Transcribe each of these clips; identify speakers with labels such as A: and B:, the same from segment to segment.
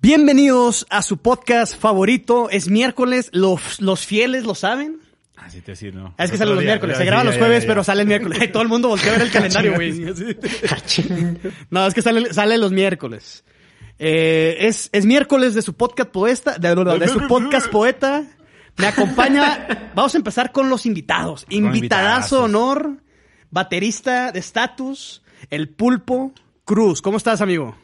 A: Bienvenidos a su podcast favorito. Es miércoles, los, los fieles lo saben. Ah,
B: Así te decir, ¿no?
A: Es que
B: Otro
A: salen los
B: día,
A: miércoles.
B: ya,
A: Se
B: sí,
A: graba
B: ya,
A: los
B: ya,
A: jueves,
B: ya.
A: pero sale el miércoles. Ay, todo el mundo voltea a ver el calendario, güey. No, es que sale, sale los miércoles. Eh, es, es miércoles de su podcast poeta. De, de- de su podcast poeta. Me acompaña. Vamos a empezar con los invitados. Invitadazo
B: invitadazos.
A: honor. Baterista de estatus. El pulpo. Cruz. ¿Cómo estás, amigo?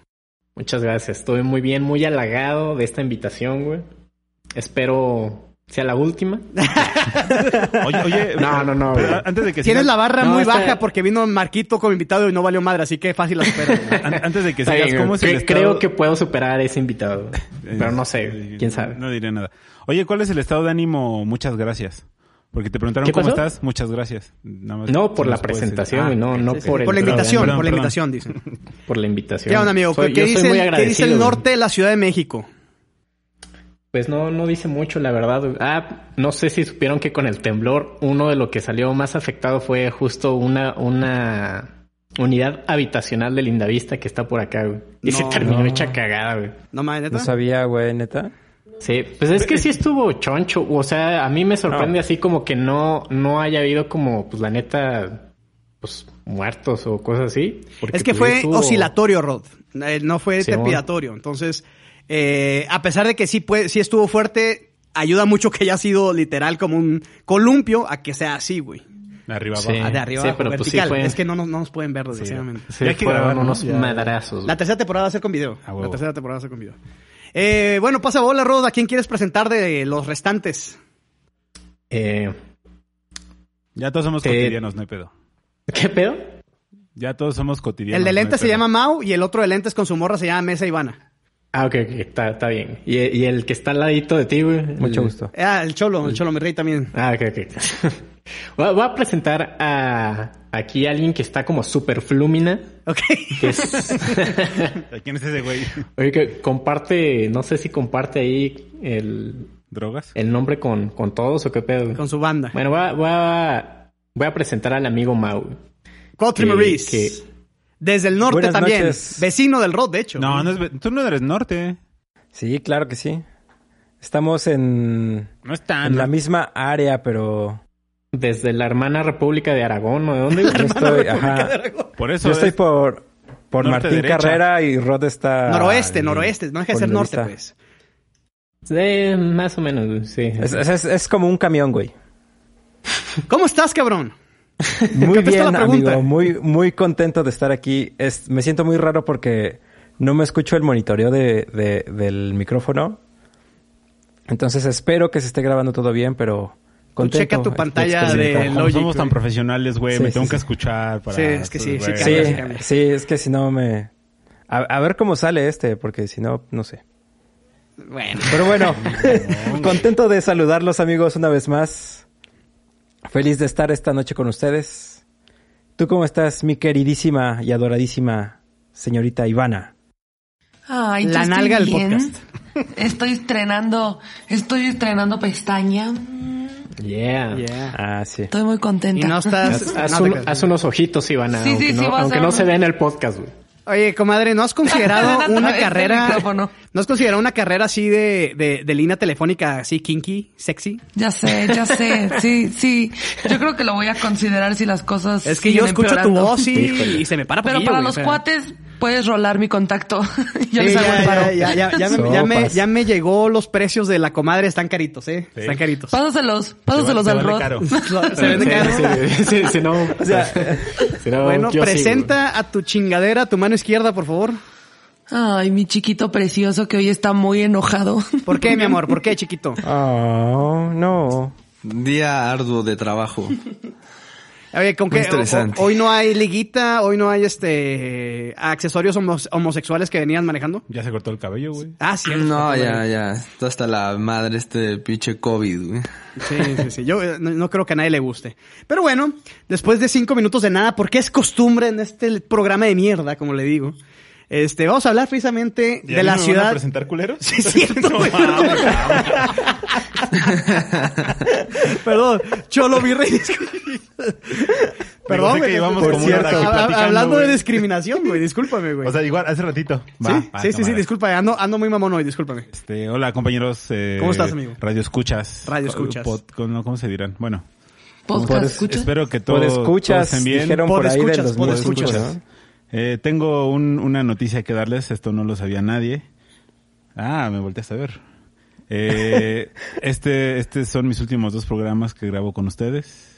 C: Muchas gracias. Estoy muy bien, muy halagado de esta invitación, güey. Espero sea la última.
B: Oye, oye.
C: No, no, no,
B: pero
C: güey.
B: Antes de que
A: Tienes
B: sigas-
A: la barra
C: No, este
A: muy
C: está-
A: baja porque vino Marquito como invitado y no valió madre, así que fácil la supero, güey.
B: an- antes de que
C: Está
B: sigas,
C: bien,
B: ¿cómo
C: güey.
B: es el
C: Cre-
B: estado?
C: Creo que puedo superar a ese invitado, güey.
B: Eh,
C: pero no sé,
B: eh,
C: güey. quién sabe.
B: No diré nada. Oye, ¿cuál es el estado de ánimo? Muchas gracias. Porque te preguntaron
C: ¿Qué
B: cómo
C: pasó?
B: estás. Muchas gracias. Nada más
C: No por
B: si
C: la
B: nos puedes decir.
C: presentación,
B: Ah,
C: güey. no, no
A: Sí, sí,
C: por, el
A: la
C: estado de
A: invitación,
B: perdón,
C: ánimo,
A: por la
B: perdón.
A: invitación, dicen.
C: por la invitación.
A: ¿Qué onda, amigo?
C: Soy-
A: ¿Qué
C: yo soy
A: dice,
C: muy
A: el- qué dice
C: agradecido,
A: el
C: güey.
A: norte de la Ciudad de México?
C: Pues no, no dice mucho, la verdad. güey. Ah, no sé si supieron que con el temblor uno de lo que salió más afectado fue justo una una unidad habitacional del Lindavista que está por acá, güey. Y se
A: No.
C: terminó hecha cagada, güey.
A: No mames,
D: No
A: neta.
D: sabía, güey, neta.
C: Sí, pues es que sí estuvo choncho. O sea, a mí me sorprende
D: No.
C: así como que no, no haya habido como, pues la neta, pues muertos o cosas así. Porque,
A: es que
C: pues,
A: fue
C: estuvo-
A: oscilatorio, Rod. Eh, No fue
C: Sí, bueno.
A: trepidatorio. Entonces, eh, a pesar de que sí, puede- sí estuvo fuerte, ayuda mucho que haya sido literal como un columpio a que sea así, güey.
B: Arriba,
C: Sí.
B: abajo.
A: Ah, De arriba
C: Sí,
A: abajo,
C: pero pues sí
A: vertical.
C: fue-
A: Es que no nos, no nos pueden ver, desgraciadamente.
C: Sí,
B: Ya hay que
C: fueron
B: grabar, ¿no?
C: unos
B: Ya.
C: madrazos.
A: La
C: güey.
A: tercera temporada va a ser con video.
B: A huevo.
A: La tercera temporada va a ser con video. Eh, bueno, pasa bola, Rod. ¿A quién quieres presentar de los restantes?
C: Eh,
B: Ya todos somos
C: Te-
B: cotidianos, no hay pedo.
C: ¿Qué pedo?
B: Ya todos somos cotidianos.
A: el de
B: no hay
A: lentes se
B: pedo.
A: llama Mau y el otro de lentes con su morra se llama Mesa Ivana.
C: Ah, ok, ok, está, está bien. Y, y el que está al ladito de ti, güey.
D: Mucho
C: el-
D: gusto.
A: Ah, el Cholo, el Cholo mi rey también.
C: Ah, ok, ok. Voy a- voy a presentar a aquí a alguien que está como super flúmina.
A: Ok.
C: Que es,
B: ¿A ¿Quién es ese güey?
C: Oye, que comparte, no sé si comparte ahí el,
B: ¿Drogas?
C: el nombre con, con todos o qué pedo.
A: Con su banda.
C: Bueno, voy a, voy a- voy a presentar al amigo Mau.
A: Cotri
C: que-
A: Maurice.
C: que-
A: Desde el norte
D: Buenas
A: también.
D: noches.
A: Vecino del Rod, de hecho.
B: No, no es... ve- Tú no eres norte.
D: Sí, claro que sí. Estamos en,
B: No es
A: Ah,
B: tan...
D: en la misma área, pero
C: Desde la hermana República de Aragón, ¿o de dónde?
D: yo estoy, ajá,
B: Por eso
D: yo estoy
B: es-
D: por, por
B: norte,
D: Martín
B: derecha.
D: Carrera y Rod está...
A: Noroeste,
D: en-
A: noroeste. No deja de
D: por
A: ser norte,
D: Lindavista.
A: pues.
C: Sí, más o menos, sí.
D: Es, es- es- es como un camión, güey.
A: ¿Cómo estás, cabrón?
D: Muy
A: Contesta
D: bien,
A: la pregunta.
D: amigo. Muy, muy contento de estar aquí. Es- me siento muy raro porque no me escucho el monitoreo de- de- del micrófono. Entonces espero que se esté grabando todo bien, pero contento.
A: checa tu
D: de
A: pantalla de
D: experimentar.
B: Como
A: Logic,
B: somos tan
A: güey.
B: profesionales, güey.
D: Sí,
B: me
D: sí,
B: tengo que
D: sí.
B: escuchar para...
A: Sí, es que sí, sí,
B: pues, güey.
D: Sí,
A: Cambia, cambia.
D: sí, es que si no me... A, a ver cómo sale este, porque si no, no sé.
A: Bueno.
D: Pero bueno, contento de saludarlos amigos una vez más. Feliz de estar esta noche con ustedes. ¿Tú cómo estás, mi queridísima y adoradísima señorita Ivana?
E: Ay, yo
A: La
E: estoy
A: nalga del
E: bien.
A: podcast.
E: Estoy estrenando, estoy estrenando pestaña.
C: Yeah.
A: Yeah.
D: Ah, sí.
E: Estoy muy
A: Y
E: contenta.
A: no estás.
C: Haz, haz
A: no te
C: un-
A: creas.
C: haz unos ojitos, Ivana,
E: Sí, sí,
C: aunque,
E: sí,
C: no,
E: voy a
C: aunque
E: hacer
C: no
E: unos-
C: se vea en el podcast, güey.
A: Oye, comadre, ¿no has considerado
E: Adelante,
A: una
E: este
A: carrera.
E: micrófono.
A: ¿No has considerado una carrera así de, de, de línea telefónica, así kinky, sexy?
E: Ya sé, ya sé. Sí, sí. Yo creo que lo voy a considerar si las cosas.
A: Es que yo
E: siguen
A: escucho tu
E: empeorando.
A: voz y,
C: Híjole.
A: y se me para
E: Pero
A: poquillo,
E: para
A: güey, o
E: los
A: sea.
E: cuates puedes rolar mi contacto.
A: Sí,
E: yo les hago el paro.
A: ya, ya, ya, ya me, ya, me,
D: Sopas.
A: ya me llegó los precios de la comadre, están caritos, ¿eh?
B: Sí.
A: Están caritos.
E: Pásaselos, pásaselos
B: Se
E: al
B: vale
E: rod.
B: caro.
A: Se vende caro.
C: Sí, sí, si no, o sea, si no,
A: Bueno,
C: yo sí, güey.
A: presenta a tu chingadera, tu mano izquierda, por favor.
E: Ay, mi chiquito precioso que hoy está muy enojado.
B: Pues,
A: ¿Por qué, mi amor? ¿Por qué, chiquito?
D: Oh, no.
F: Día arduo de trabajo.
A: Oye, ¿con
F: Muy
A: qué?
F: interesante.
A: o- o- hoy no hay liguita, hoy no hay este accesorios homos- homosexuales que venías manejando.
B: Ya se cortó el cabello, güey.
A: Ah, sí.
F: No, ya, ya. Está hasta la madre este pinche COVID, güey.
A: Sí, sí, sí. Yo eh, no, no creo que a nadie le guste. Pero bueno, después de cinco minutos de nada, porque es costumbre en este programa de mierda, como le digo, Este, vamos a hablar precisamente
G: ¿Y a
A: de la
G: mí me van a
A: ciudad.
G: presentar culeros? ah,
A: Sí, es cierto, güey, perdón. Perdón, Cholo Virrey.
G: Digo, sé
A: Perdón,
G: que
A: güey.
G: llevamos
A: por
G: como una
A: cierto,
G: hora aquí
A: hab-
G: platicando,
A: hablando de
G: güey.
A: discriminación, güey, discúlpame, güey.
G: O sea, igual, hace ratito.
A: sí,
B: va, va,
A: sí, sí, sí,
B: cámara.
A: disculpa, ando, ando muy mamón hoy, discúlpame.
B: Este, hola compañeros. eh,
A: ¿Cómo estás, amigo?
B: Radio escuchas.
A: Radioescuchas.
B: ¿cómo, ¿Cómo se dirán? Bueno,
E: Podcast,
B: pues,
E: escucha.
B: espero que
D: Por
B: todos,
D: escuchas,
B: todos estén bien.
D: dijeron por, ahí del
A: Podescuchas,
D: 2000.
A: podescuchas.
D: escuchas.
B: Eh, tengo un- una noticia que darles, esto no lo sabía nadie. Ah, me volteaste a ver. Eh, este, estos son mis últimos dos programas que grabo con ustedes.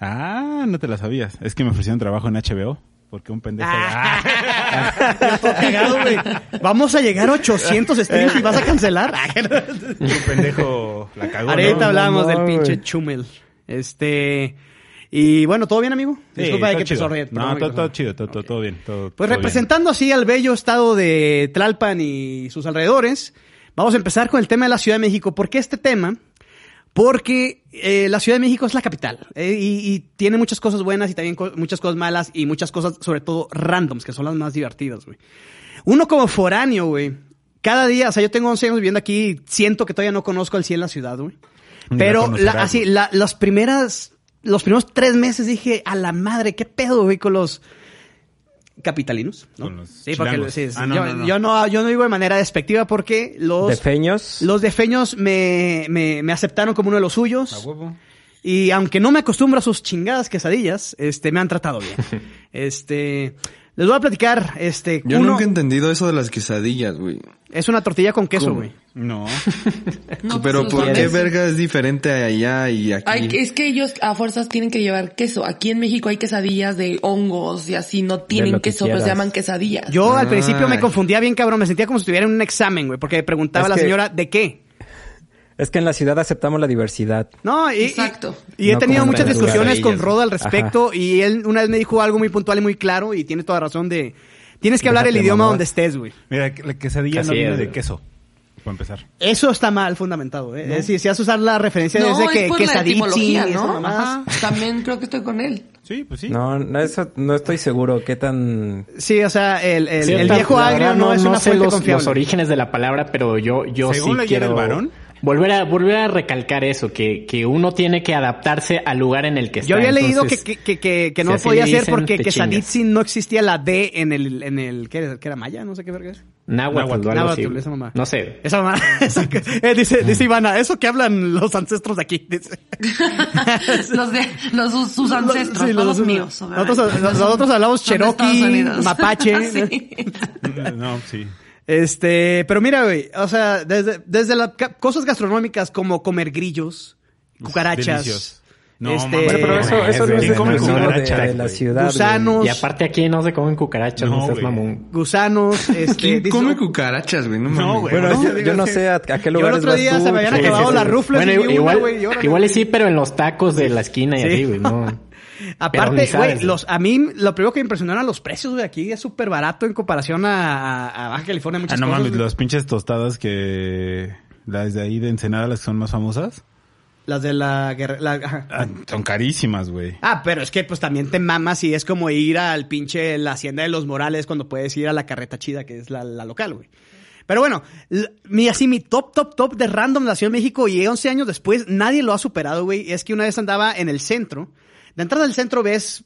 B: Ah, no te la sabías. Es que me ofrecieron trabajo en HBO. Porque un pendejo... Ah.
A: Todo cagado, güey. Vamos a llegar a 800 streams y vas a cancelar. Ah,
B: un pendejo la cagó.
A: Ahorita
D: no,
A: hablamos
D: no,
A: del pinche
D: güey.
A: Chumel. Este. Y bueno, ¿todo bien, amigo? Disculpa de que empezó a reír.
B: No,
A: perdón,
B: todo, todo
A: amigo.
B: chido, todo, todo- todo bien. todo- todo
A: Pues
B: bien.
A: representando así al bello estado de Tlalpan y sus alrededores, vamos a empezar con el tema de la Ciudad de México. ¿Por qué este tema? Porque eh, la Ciudad de México es la capital eh, y, y tiene muchas cosas buenas y también co- muchas cosas malas y muchas cosas, sobre todo, randoms, que son las más divertidas, güey. Uno como foráneo, güey, cada día, o sea, yo tengo 11 años viviendo aquí y siento que todavía no conozco al 100 la ciudad, güey.
B: Ni la
A: Pero la-
B: conocerás,
A: así,
B: güey.
A: la- las primeras, los primeros tres meses dije, a la madre, qué pedo, güey, con los capitalinos, ¿no?
B: Con los
A: sí, porque
B: chilangos.
A: sí, sí,
B: Ah, no,
A: yo,
B: no, no.
A: yo no, yo no digo de manera despectiva porque los...
D: De feños.
A: Los defeños me, me, me aceptaron como uno de los suyos. Y aunque no me acostumbro a sus chingadas quesadillas, este, me han tratado bien. este, les voy a platicar, este,
F: Yo
A: uno,
F: nunca he entendido eso de las quesadillas, güey.
A: es una tortilla con queso,
F: ¿Cómo?
A: güey.
B: No.
E: No,
F: Pero
E: pues,
F: ¿por
E: los
F: qué
E: hombres-
F: verga es diferente allá y aquí?
E: Hay- es que ellos a fuerzas tienen que llevar queso. Aquí en México hay quesadillas de hongos y así no tienen
D: lo que
E: queso, pero se
D: quieras.
E: llaman quesadillas.
A: Yo al
F: Ah.
A: principio me confundía bien, cabrón. Me sentía como si estuviera en un examen, güey, porque preguntaba
D: Es
A: a la
D: que-
A: señora, ¿de qué?
D: Es que en la ciudad aceptamos la diversidad.
A: No, y,
E: Exacto.
A: y, y he
D: No
A: tenido
D: como
A: muchas
D: las
A: discusiones con
F: quesadillas.
A: Rodo al respecto y él una vez me dijo algo muy puntual y muy claro y tiene toda razón de... Tienes que hablar
D: Déjate
A: el idioma
D: mamar.
A: donde estés, güey.
B: Mira, la quesadilla
C: Así
B: no viene
C: es,
B: de
C: güey.
B: queso. Para empezar.
A: Eso está mal fundamentado, ¿eh? Es decir, si vas a usar la referencia
E: no,
A: desde que
E: es por la
A: quesadichi,
E: etimología,
A: esas
E: ¿no?
A: mamadas.
E: Ajá. También creo que estoy con él.
B: Sí, pues sí.
D: No, no, eso no estoy seguro qué tan...
A: Sí, o sea, el, el-
C: Sí,
A: el
C: está-
A: viejo
C: la
A: agrio
C: verdad
A: no, es una
C: sé
A: fuente
C: los,
A: confiable.
C: los orígenes de la palabra, pero yo, yo
B: Según
C: sí
B: leyera
C: quiero
B: el varón.
C: volver a volver a recalcar eso, que, que uno tiene que adaptarse al lugar en el que está.
A: Yo había leído que,
C: Entonces,
A: que, que, que- que
C: si
A: no
C: así
A: podía
C: le
A: ser
C: dicen,
A: porque
C: te
A: quesaditzi no existía la D en el... En el ¿qué, era? ¿Qué era? ¿Maya? No sé qué verga es.
C: náhuatl, o algo así.
A: Náhuatl, esa mamá.
C: No sé.
A: Esa mamá. esa que- eh, dice, dice Ivana, eso que hablan los ancestros de aquí. dice.
E: los de los, sus, sus ancestros,
A: Sí,
E: no los, míos. obviamente.
A: Nosotros, nosotros hablamos
E: Son de Estados
A: Cherokee,
E: Unidos. Ah,
A: Mapache.
E: Sí.
B: No, sí.
A: Este, pero mira, güey, o sea, desde, desde las ca- cosas gastronómicas como comer grillos, cucarachas,
B: Delicioso. No,
A: Este-
B: mames,
A: Bueno, pero
D: Eso,
B: güey.
D: eso no
B: ¿Quién
D: Eh, es
B: come
D: exclusivo de,
B: cucaracha,
D: de la
B: güey? Ah,
D: ciudad. güey.
A: Gusanos.
C: Y aparte aquí no se comen cucarachas, no,
B: No,
C: seas
B: güey.
C: mamón.
A: gusanos, este,
F: ¿Quién
A: dice-
F: come cucarachas, güey? No, mames.
B: güey.
D: Bueno,
B: No,
D: yo, yo no
B: sí.
D: sé a, a qué
A: Yo el
D: lugares
A: otro
D: vas
A: día
D: tú,
A: se me habían
D: sí,
A: acabado
D: sí, sí.
A: las rufles
C: Bueno,
A: y vi una,
C: igual,
A: güey, y órale.
C: igual y sí, pero en los tacos de la esquina y
A: Sí.
C: así, güey, no. Pero
A: Aparte,
C: ni
A: güey,
C: sabes,
A: los, a mí lo primero que me impresionaron los precios, güey, aquí es súper barato en comparación a, a- a Baja California,
B: Ah,
A: muchas
B: no
A: cosas,
B: mames,
A: güey.
B: las pinches tostadas que... Las de ahí de Ensenada, las que son más famosas.
A: Las de la guerra, la- ajá.
B: ah, son carísimas, güey.
A: Ah, pero es que pues también te mamas y es como ir al pinche la hacienda de los Morales cuando puedes ir a la carreta chida que es la, la local, güey. Pero bueno, l- mi, así mi top, top, top de random de la Ciudad de México y 11 años después nadie lo ha superado, güey. Es que una vez andaba en el centro. De entrada del centro ves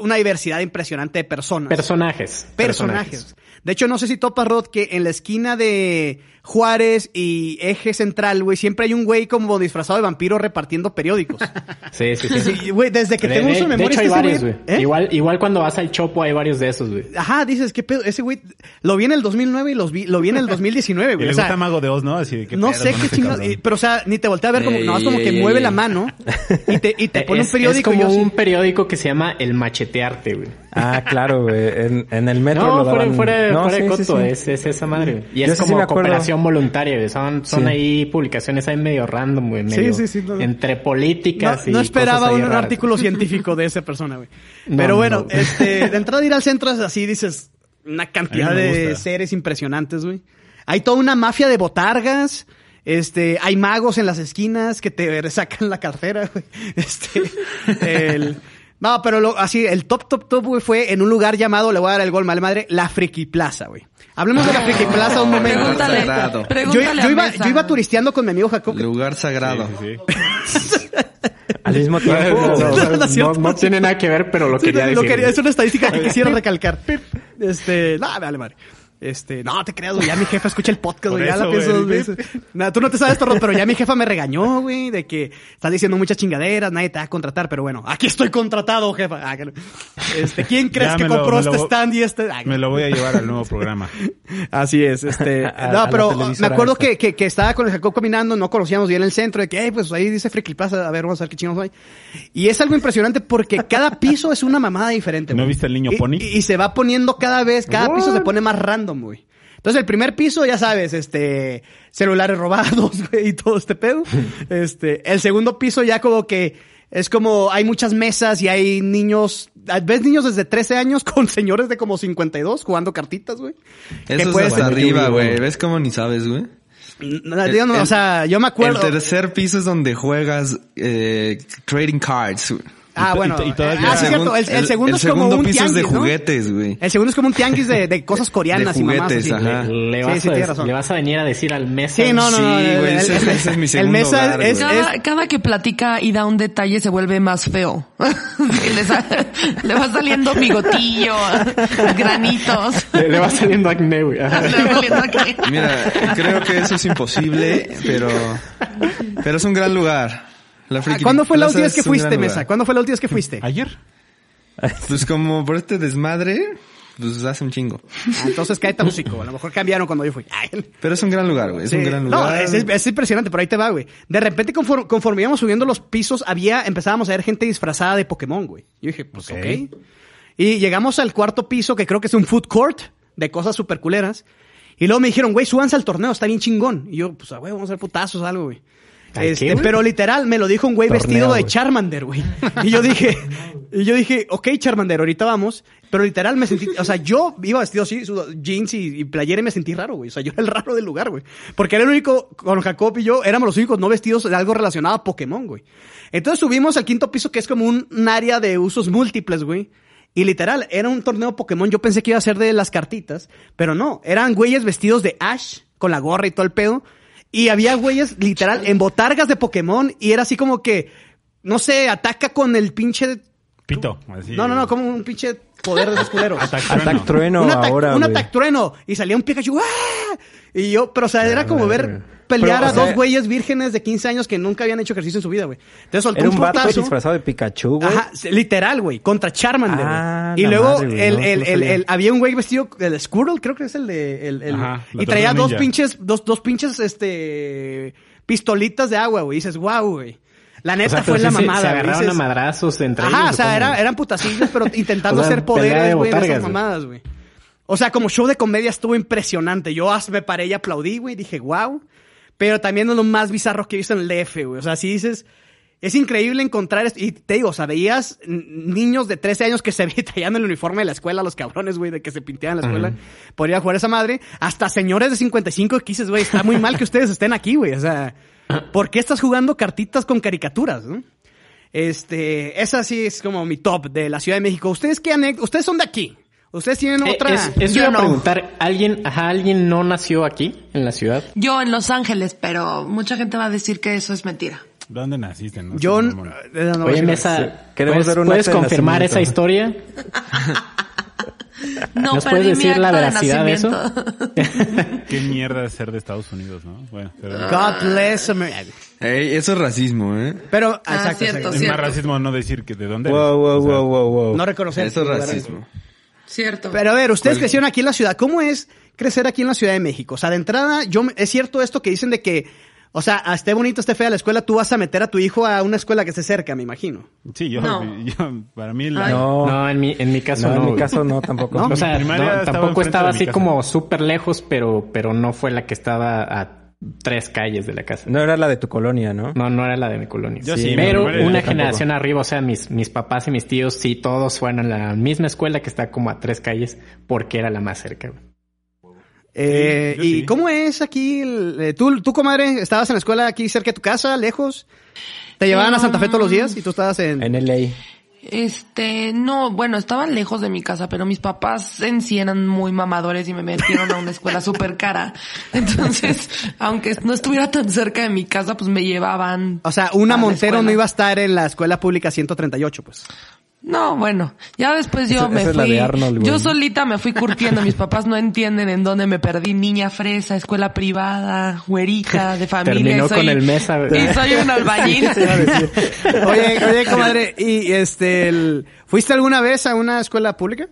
A: una diversidad impresionante de personas.
C: Personajes.
A: personajes. De hecho, no sé si topas, Rod, que en la esquina de Juárez y Eje Central, güey, siempre hay un güey como disfrazado de vampiro repartiendo periódicos.
C: Sí, sí, sí.
A: Sí, güey, desde que
C: De-
A: tengo
C: de-
A: uso de
C: de
A: memoria
C: hecho hay
A: este
C: varios,
A: güey-
C: güey.
A: ¿Eh?
C: Igual, igual cuando vas al Chopo hay varios de esos, güey.
A: Ajá, dices, ¿qué pedo? Ese güey lo vi en el 2009 y los vi, lo vi en el 2019,
B: Y
A: güey.
B: le
A: O sea,
B: gusta Mago de Oz, ¿no? Así de que
A: no sé qué chingados. eh, Pero, o sea, ni te voltea a ver como,
F: Ey,
A: no, es como
F: ey,
A: que
F: ey,
A: mueve
F: ey.
A: la mano y te, y te pone
C: E, es,
A: un periódico
C: es
A: y yo
C: como
A: así,
C: un periódico que se llama El Machetearte, güey.
D: Ah, claro, güey. En, en el metro
C: No,
D: lo
C: fuera,
D: daban...
C: fuera,
D: No,
C: fuera de
D: sí, sí,
C: coto,
D: sí.
A: ¿eh?
C: Es, es esa madre. güey. Y
D: Yo
C: es
D: ese sí
C: como
D: me acuerdo.
C: cooperación voluntaria, güey. Son, son
D: Sí.
C: ahí publicaciones ahí medio random, güey.
A: Sí,
C: medio
A: sí, sí, no, no.
C: Entre
A: No,
C: políticas y
A: no esperaba
C: cosas ahí
A: un, un
C: raras.
A: artículo científico de esa persona, güey.
C: No,
A: Pero bueno,
C: no.
A: este, de entrada ir al centro es así, dices, una
B: A
A: cantidad
B: mí me
A: de
B: gusta.
A: seres impresionantes, güey. Hay toda una mafia de botargas. Este, hay magos en las esquinas que te sacan la cartera, güey. Este, el- No, pero lo- así, el top, top, top, güey, fue en un lugar llamado, le voy a dar el gol, mal madre, la Friki Plaza, güey. Hablemos de la Friki Plaza un momento.
F: Pregunta-
E: Pregúntale,
F: Sagrado.
A: Yo,
E: pregúntale
A: yo
E: a
A: iba,
E: Mesa.
A: yo iba turisteando con mi amigo Jacob. que-
F: Lugar sagrado.
B: Sí, sí,
D: Al mismo tiempo.
A: no,
C: No,
A: no, no es
C: no,
A: cierto.
C: no tiene nada que ver, pero lo
A: Sí,
C: quería
A: no,
C: decir.
A: lo quería- es una estadística que quisiera recalcar. Este, no, vale, madre. Este, no, te creas, güey, ya mi jefa escucha el podcast,
B: Por
A: güey, ya la
B: eso,
A: pienso dos
B: güey.
A: veces. Nah, tú no te sabes, Torrón, pero ya mi jefa me regañó, güey, de que estás diciendo muchas chingaderas, nadie te va a contratar, pero bueno, aquí estoy contratado, jefa. Ah, que no. Este, ¿quién crees
B: Ya
A: que
B: me lo-
A: compró
B: me lo
A: este
B: vo-
A: stand y este? Ah,
B: Me lo voy a llevar al nuevo programa.
A: Así es, este.
D: A- a
A: no,
D: la
A: pero me
D: televisora
A: acuerdo
D: esta.
B: pues.
A: que, que, que estaba con el Jacob caminando, no conocíamos bien el centro, de que, hey, pues ahí dice Friki Plaza, a ver, vamos a ver qué chingados hay. Y es algo impresionante porque cada piso es una mamada diferente.
B: ¿No
A: güey.
B: viste el niño
A: Y-
B: pony?
A: Y, y se va poniendo cada vez, cada piso se pone más random, güey. Entonces, el primer piso, ya sabes, este, celulares robados, güey, y todo este pedo. Este, el segundo piso ya como que es como, hay muchas mesas y hay niños, ah, ves niños desde 13 años con señores de como 52 jugando cartitas, güey. Que
F: Eso es
A: puedes-
F: hasta
A: Bueno,
F: arriba,
A: Yu-Gi-Oh!
F: güey. ¿Ves cómo ni sabes, güey?
A: No, no,
F: El-
A: digo, no, o
F: el-
A: sea, yo me acuerdo.
F: El tercer piso es donde juegas eh, trading cards. güey.
A: Ah,
B: y-
A: bueno.
B: y- y todavía-
A: ah, sí,
B: El
A: cierto. El, el segundo
F: el
A: es como
F: segundo
A: un
F: piso
A: tianguis,
F: es de
A: ¿no?
F: juguetes, güey.
A: El segundo es como un tianguis de, de cosas coreanas
F: De
A: y mamás. así.
F: juguetes, ajá.
C: Le
A: Sí,
C: vas,
A: sí,
C: a,
A: tienes razón.
C: le vas a venir a decir al mes.
A: Sí, no, no, no.
F: Sí, güey,
A: el-
F: ese-
A: el-
F: ese es mi
A: el
F: segundo
A: mesa
F: hogar,
A: es,
F: güey.
A: es-
E: Cada, cada que platica y da un detalle se vuelve más feo. Que le, sa- le va saliendo bigotillo, granitos.
C: Le, le va saliendo acné, güey. Ajá.
E: Le va saliendo aquí.
F: Mira, creo que eso es imposible, pero, pero es un gran lugar. La Friki
A: Ah, ¿Cuándo fue la
F: Plaza
A: última vez que
F: es un gran
A: fuiste,
F: lugar.
A: Mesa? ¿Cuándo fue la última vez que fuiste?
B: ¿Ayer?
F: Pues como por este desmadre, pues hace un chingo.
A: Ah, entonces cállate músico. A lo mejor cambiaron cuando yo fui. Ay,
F: Pero es un gran lugar, güey. Es un
A: sí.
F: gran
A: No,
F: lugar.
A: es, es- es impresionante, pero ahí te va, güey. De repente, conforme, conforme íbamos subiendo los pisos, había, empezábamos a ver gente disfrazada de Pokémon, güey. Yo dije, pues ok.
B: Ok.
A: Y llegamos al cuarto piso, que creo que es un food court de cosas super culeras. Y luego me dijeron, güey, súbanse al torneo, está bien chingón. Y yo, pues, ah, güey, vamos a hacer putazos, algo, güey.
C: ¿Al qué,
A: Este,
C: güey?
A: pero literal, me lo dijo un güey
D: Torneo,
A: vestido de
D: güey.
A: Charmander, güey. Y yo dije, y yo dije, ok, Charmander, ahorita vamos. Pero literal me sentí, o sea, yo iba vestido así, su- jeans y, y playera y me sentí raro, güey. O sea, yo era el raro del lugar, güey. Porque era el único, con Jacob y yo, éramos los únicos no vestidos de algo relacionado a Pokémon, güey. Entonces subimos al quinto piso, que es como un, un área de usos múltiples, güey. Y literal, era un torneo Pokémon. Yo pensé que iba a ser de las cartitas, pero no. Eran güeyes vestidos de Ash, con la gorra y todo el pedo. Y había güeyes, literal, en botargas de Pokémon. Y era así como que, no sé, ataca con el pinche.
B: Pito. así.
A: No, no, no, como un pinche poder de esos culeros.
B: Ataque trueno.
D: Attack Trueno
A: un atac-
D: ahora,
A: un
D: güey.
A: atac trueno. Y salía un Pikachu. ¡ah! Y yo, pero o sea, era como ver pelear
D: Pero, o
A: a dos
D: sea-
A: güeyes vírgenes de 15 años que nunca habían hecho ejercicio en su vida, güey. Entonces soltó
D: Era
A: un
D: un vato
A: putazo.
D: disfrazado de Pikachu, güey.
A: Ajá, se- literal, güey, contra Charmander.
D: Ah,
A: güey. y
D: la
A: luego
D: madre, güey,
A: el,
D: no,
A: el-
D: no
A: el-
D: sabía.
A: el- había un güey vestido el Squirrel, creo que es el de el, el-
B: Ajá, la
A: y traía
B: tortuga
A: dos
B: ninja.
A: pinches dos dos pinches este pistolitas de agua, güey. Y dices, "Wow, güey." La neta
C: sea,
A: fue
C: pero
A: la
C: sí se-
A: mamada.
C: Se
A: güey.
C: agarraron
A: Dices,
C: a madrazos entre ellos.
A: Ajá, o sea,
C: ¿cómo?
A: era, eran putacillos, pero intentando
C: O sea,
A: hacer
C: pelea
A: poderes,
C: de
A: güey, de esas
C: botargas, güey.
A: mamadas, güey. O sea, como show de comedia estuvo impresionante. Yo as- me paré y aplaudí, güey, dije, wow. Pero también uno de los más bizarros que he visto en el DF, güey. O sea, si dices, es increíble encontrar esto. Y te digo, o sea, veías n- niños de 13 años que se traían el uniforme de la escuela, los cabrones, güey, de que se pinteaban en la escuela. por ir a jugar a esa madre. Hasta señores de 55 que dices, güey, está muy mal que ustedes estén aquí, güey. O sea, ¿por qué estás jugando cartitas con caricaturas, no? Este, esa sí es como mi top de la Ciudad de México. ¿Ustedes qué anéc- Ustedes son de aquí. Ustedes tienen
C: Eh,
A: otra.
C: es- eso
E: Yo
C: iba
E: no.
C: a preguntar. ¿Alguien, ajá, alguien no nació aquí, en la ciudad?
E: Yo en Los Ángeles, pero mucha gente va a decir que eso es mentira.
B: ¿Dónde naciste? No,
A: Yo.
B: Sí,
A: n-
B: mamón.
A: eh, no,
C: Oye,
A: sí,
C: Mesa,
D: Queremos
C: ¿puedes,
D: ver un
C: ¿puedes
D: acta de
C: confirmar
D: nacimiento.
C: esa historia?
E: No,
C: ¿Nos
E: perdí
C: puedes
E: mi
C: decir la
E: acta de
C: veracidad de eso?
E: nacimiento.
B: Qué mierda es ser de Estados Unidos, ¿no? Bueno, pero...
E: Ah,
A: God bless America.
F: Ey, eso es racismo, ¿eh?
A: Pero,
E: Ah,
A: exacto,
E: cierto,
A: exacto.
B: es
E: cierto.
B: más racismo no decir que de dónde eres.
D: Wow, wow,
B: O sea,
D: wow, wow, wow.
A: No reconocer.
F: Eso es
A: lugares.
F: racismo.
E: Cierto.
A: Pero a ver, ustedes
F: ¿Cuál?
A: crecieron aquí en la ciudad. ¿Cómo es crecer aquí en la Ciudad de México? O sea, de entrada, yo me- es cierto esto que dicen de que, o sea, ah, esté bonito, esté fea la escuela, tú vas a meter a tu hijo a una escuela que esté cerca, me imagino.
B: Sí, yo,
E: No.
B: yo- para mí la-
E: Ay.
D: No, no,
C: No, en mi, en mi caso no.
D: en mi
C: güey.
D: caso no tampoco.
A: ¿No?
C: O sea,
B: Mi primaria
C: no,
B: estaba
C: tampoco
B: enfrente
C: estaba
B: de mi
C: así
B: casa.
C: como súper lejos, pero, pero no fue la que estaba a tres calles de la casa.
D: No era la de tu colonia, ¿no?
C: No, no era la de mi colonia.
B: Yo sí, mi
C: pero
B: primaria
C: una
B: tampoco.
C: generación arriba, o sea, mis, mis papás y mis tíos, sí, todos fueron a la misma escuela que está como a tres calles porque era la más cerca. güey.
A: Eh,
B: yo
A: ¿Y
B: sí.
A: cómo es aquí? el- eh, ¿Tú, tú, comadre, estabas en la escuela aquí cerca de tu casa, lejos? ¿Te llevaban a Santa Fe todos los días y tú estabas en...
D: En LA.
E: Este, no, bueno, estaban lejos de mi casa, pero mis papás en sí eran muy mamadores y me metieron a una escuela súper cara. Entonces, aunque no estuviera tan cerca de mi casa, pues me llevaban.
A: O sea, una
E: a Ah, la
A: Montero no
E: escuela.
A: iba a estar en la escuela pública 138, pues.
E: No, bueno, ya después yo
D: Esa-
E: me
D: esa es la
E: fui,
D: de Arnold, güey.
E: yo solita me fui curtiendo, mis papás no entienden en dónde me perdí, niña fresa, escuela privada, güerita, de familia.
C: Terminó
E: y soy-
C: con el mesa, güey.
E: Y soy un albañil.
A: Oye, oye, comadre, ¿y este, el- fuiste alguna vez a una escuela pública?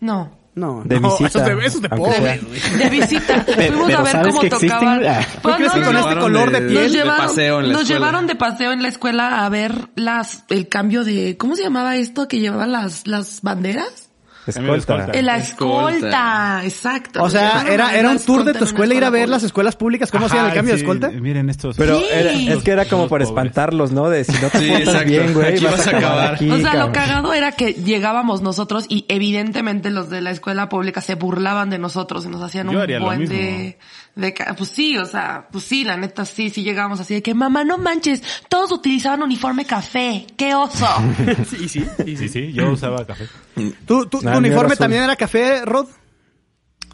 E: No.
A: No,
D: De
A: no,
D: visita,
A: Eso es de, eso es de
D: aunque
A: pobre,
D: sea.
A: güey.
E: De visita.
C: Pero-
E: Fuimos
C: pero
E: a ver
C: ¿sabes
E: cómo
C: que existen?
E: tocaban.
C: Ah.
E: Pues,
A: ¿Tú crees
E: no,
A: que
E: no,
A: con
E: no.
A: este color de piel?
E: Nos llevaron,
F: de paseo en la
E: nos
F: escuela.
E: llevaron de paseo en la escuela a ver las el cambio de ¿cómo se llamaba esto que llevaban las las banderas?
B: Cambio de
D: Escolta.
B: escolta.
E: Eh, La
F: Escolta.
E: escolta, exacto.
A: O sea,
E: Nos llevaron a
A: era,
E: ver
A: era
E: la
A: un tour de
E: escolta
A: tu
E: en
A: escuela
E: una
A: ir a ver
E: pública.
A: las escuelas públicas, cómo hacían el
B: Ajá,
A: cambio
B: sí,
A: de escolta.
B: Miren estos.
D: Pero
E: Sí.
D: era- es que era como
B: Los
D: para
B: pobres.
D: espantarlos, ¿no? De si no te
F: Sí,
D: portas
F: exacto.
D: bien, güey,
F: Aquí vas a acabar.
E: O sea,
D: cabrón.
E: lo cagado era que llegábamos nosotros y evidentemente los de la escuela pública se burlaban de nosotros y nos hacían
B: Yo haría
E: un
B: lo
E: buen
B: mismo.
E: de, de... ca- Pues sí, o sea, pues sí, la neta sí, sí llegábamos así de que, mamá, no manches, todos utilizaban uniforme café, qué oso.
A: Sí, sí, sí,
B: Sí, sí, yo usaba café.
A: ¿Tú, tú- tu
D: No, el mío era
A: uniforme
D: azul.
A: también era café, Rod?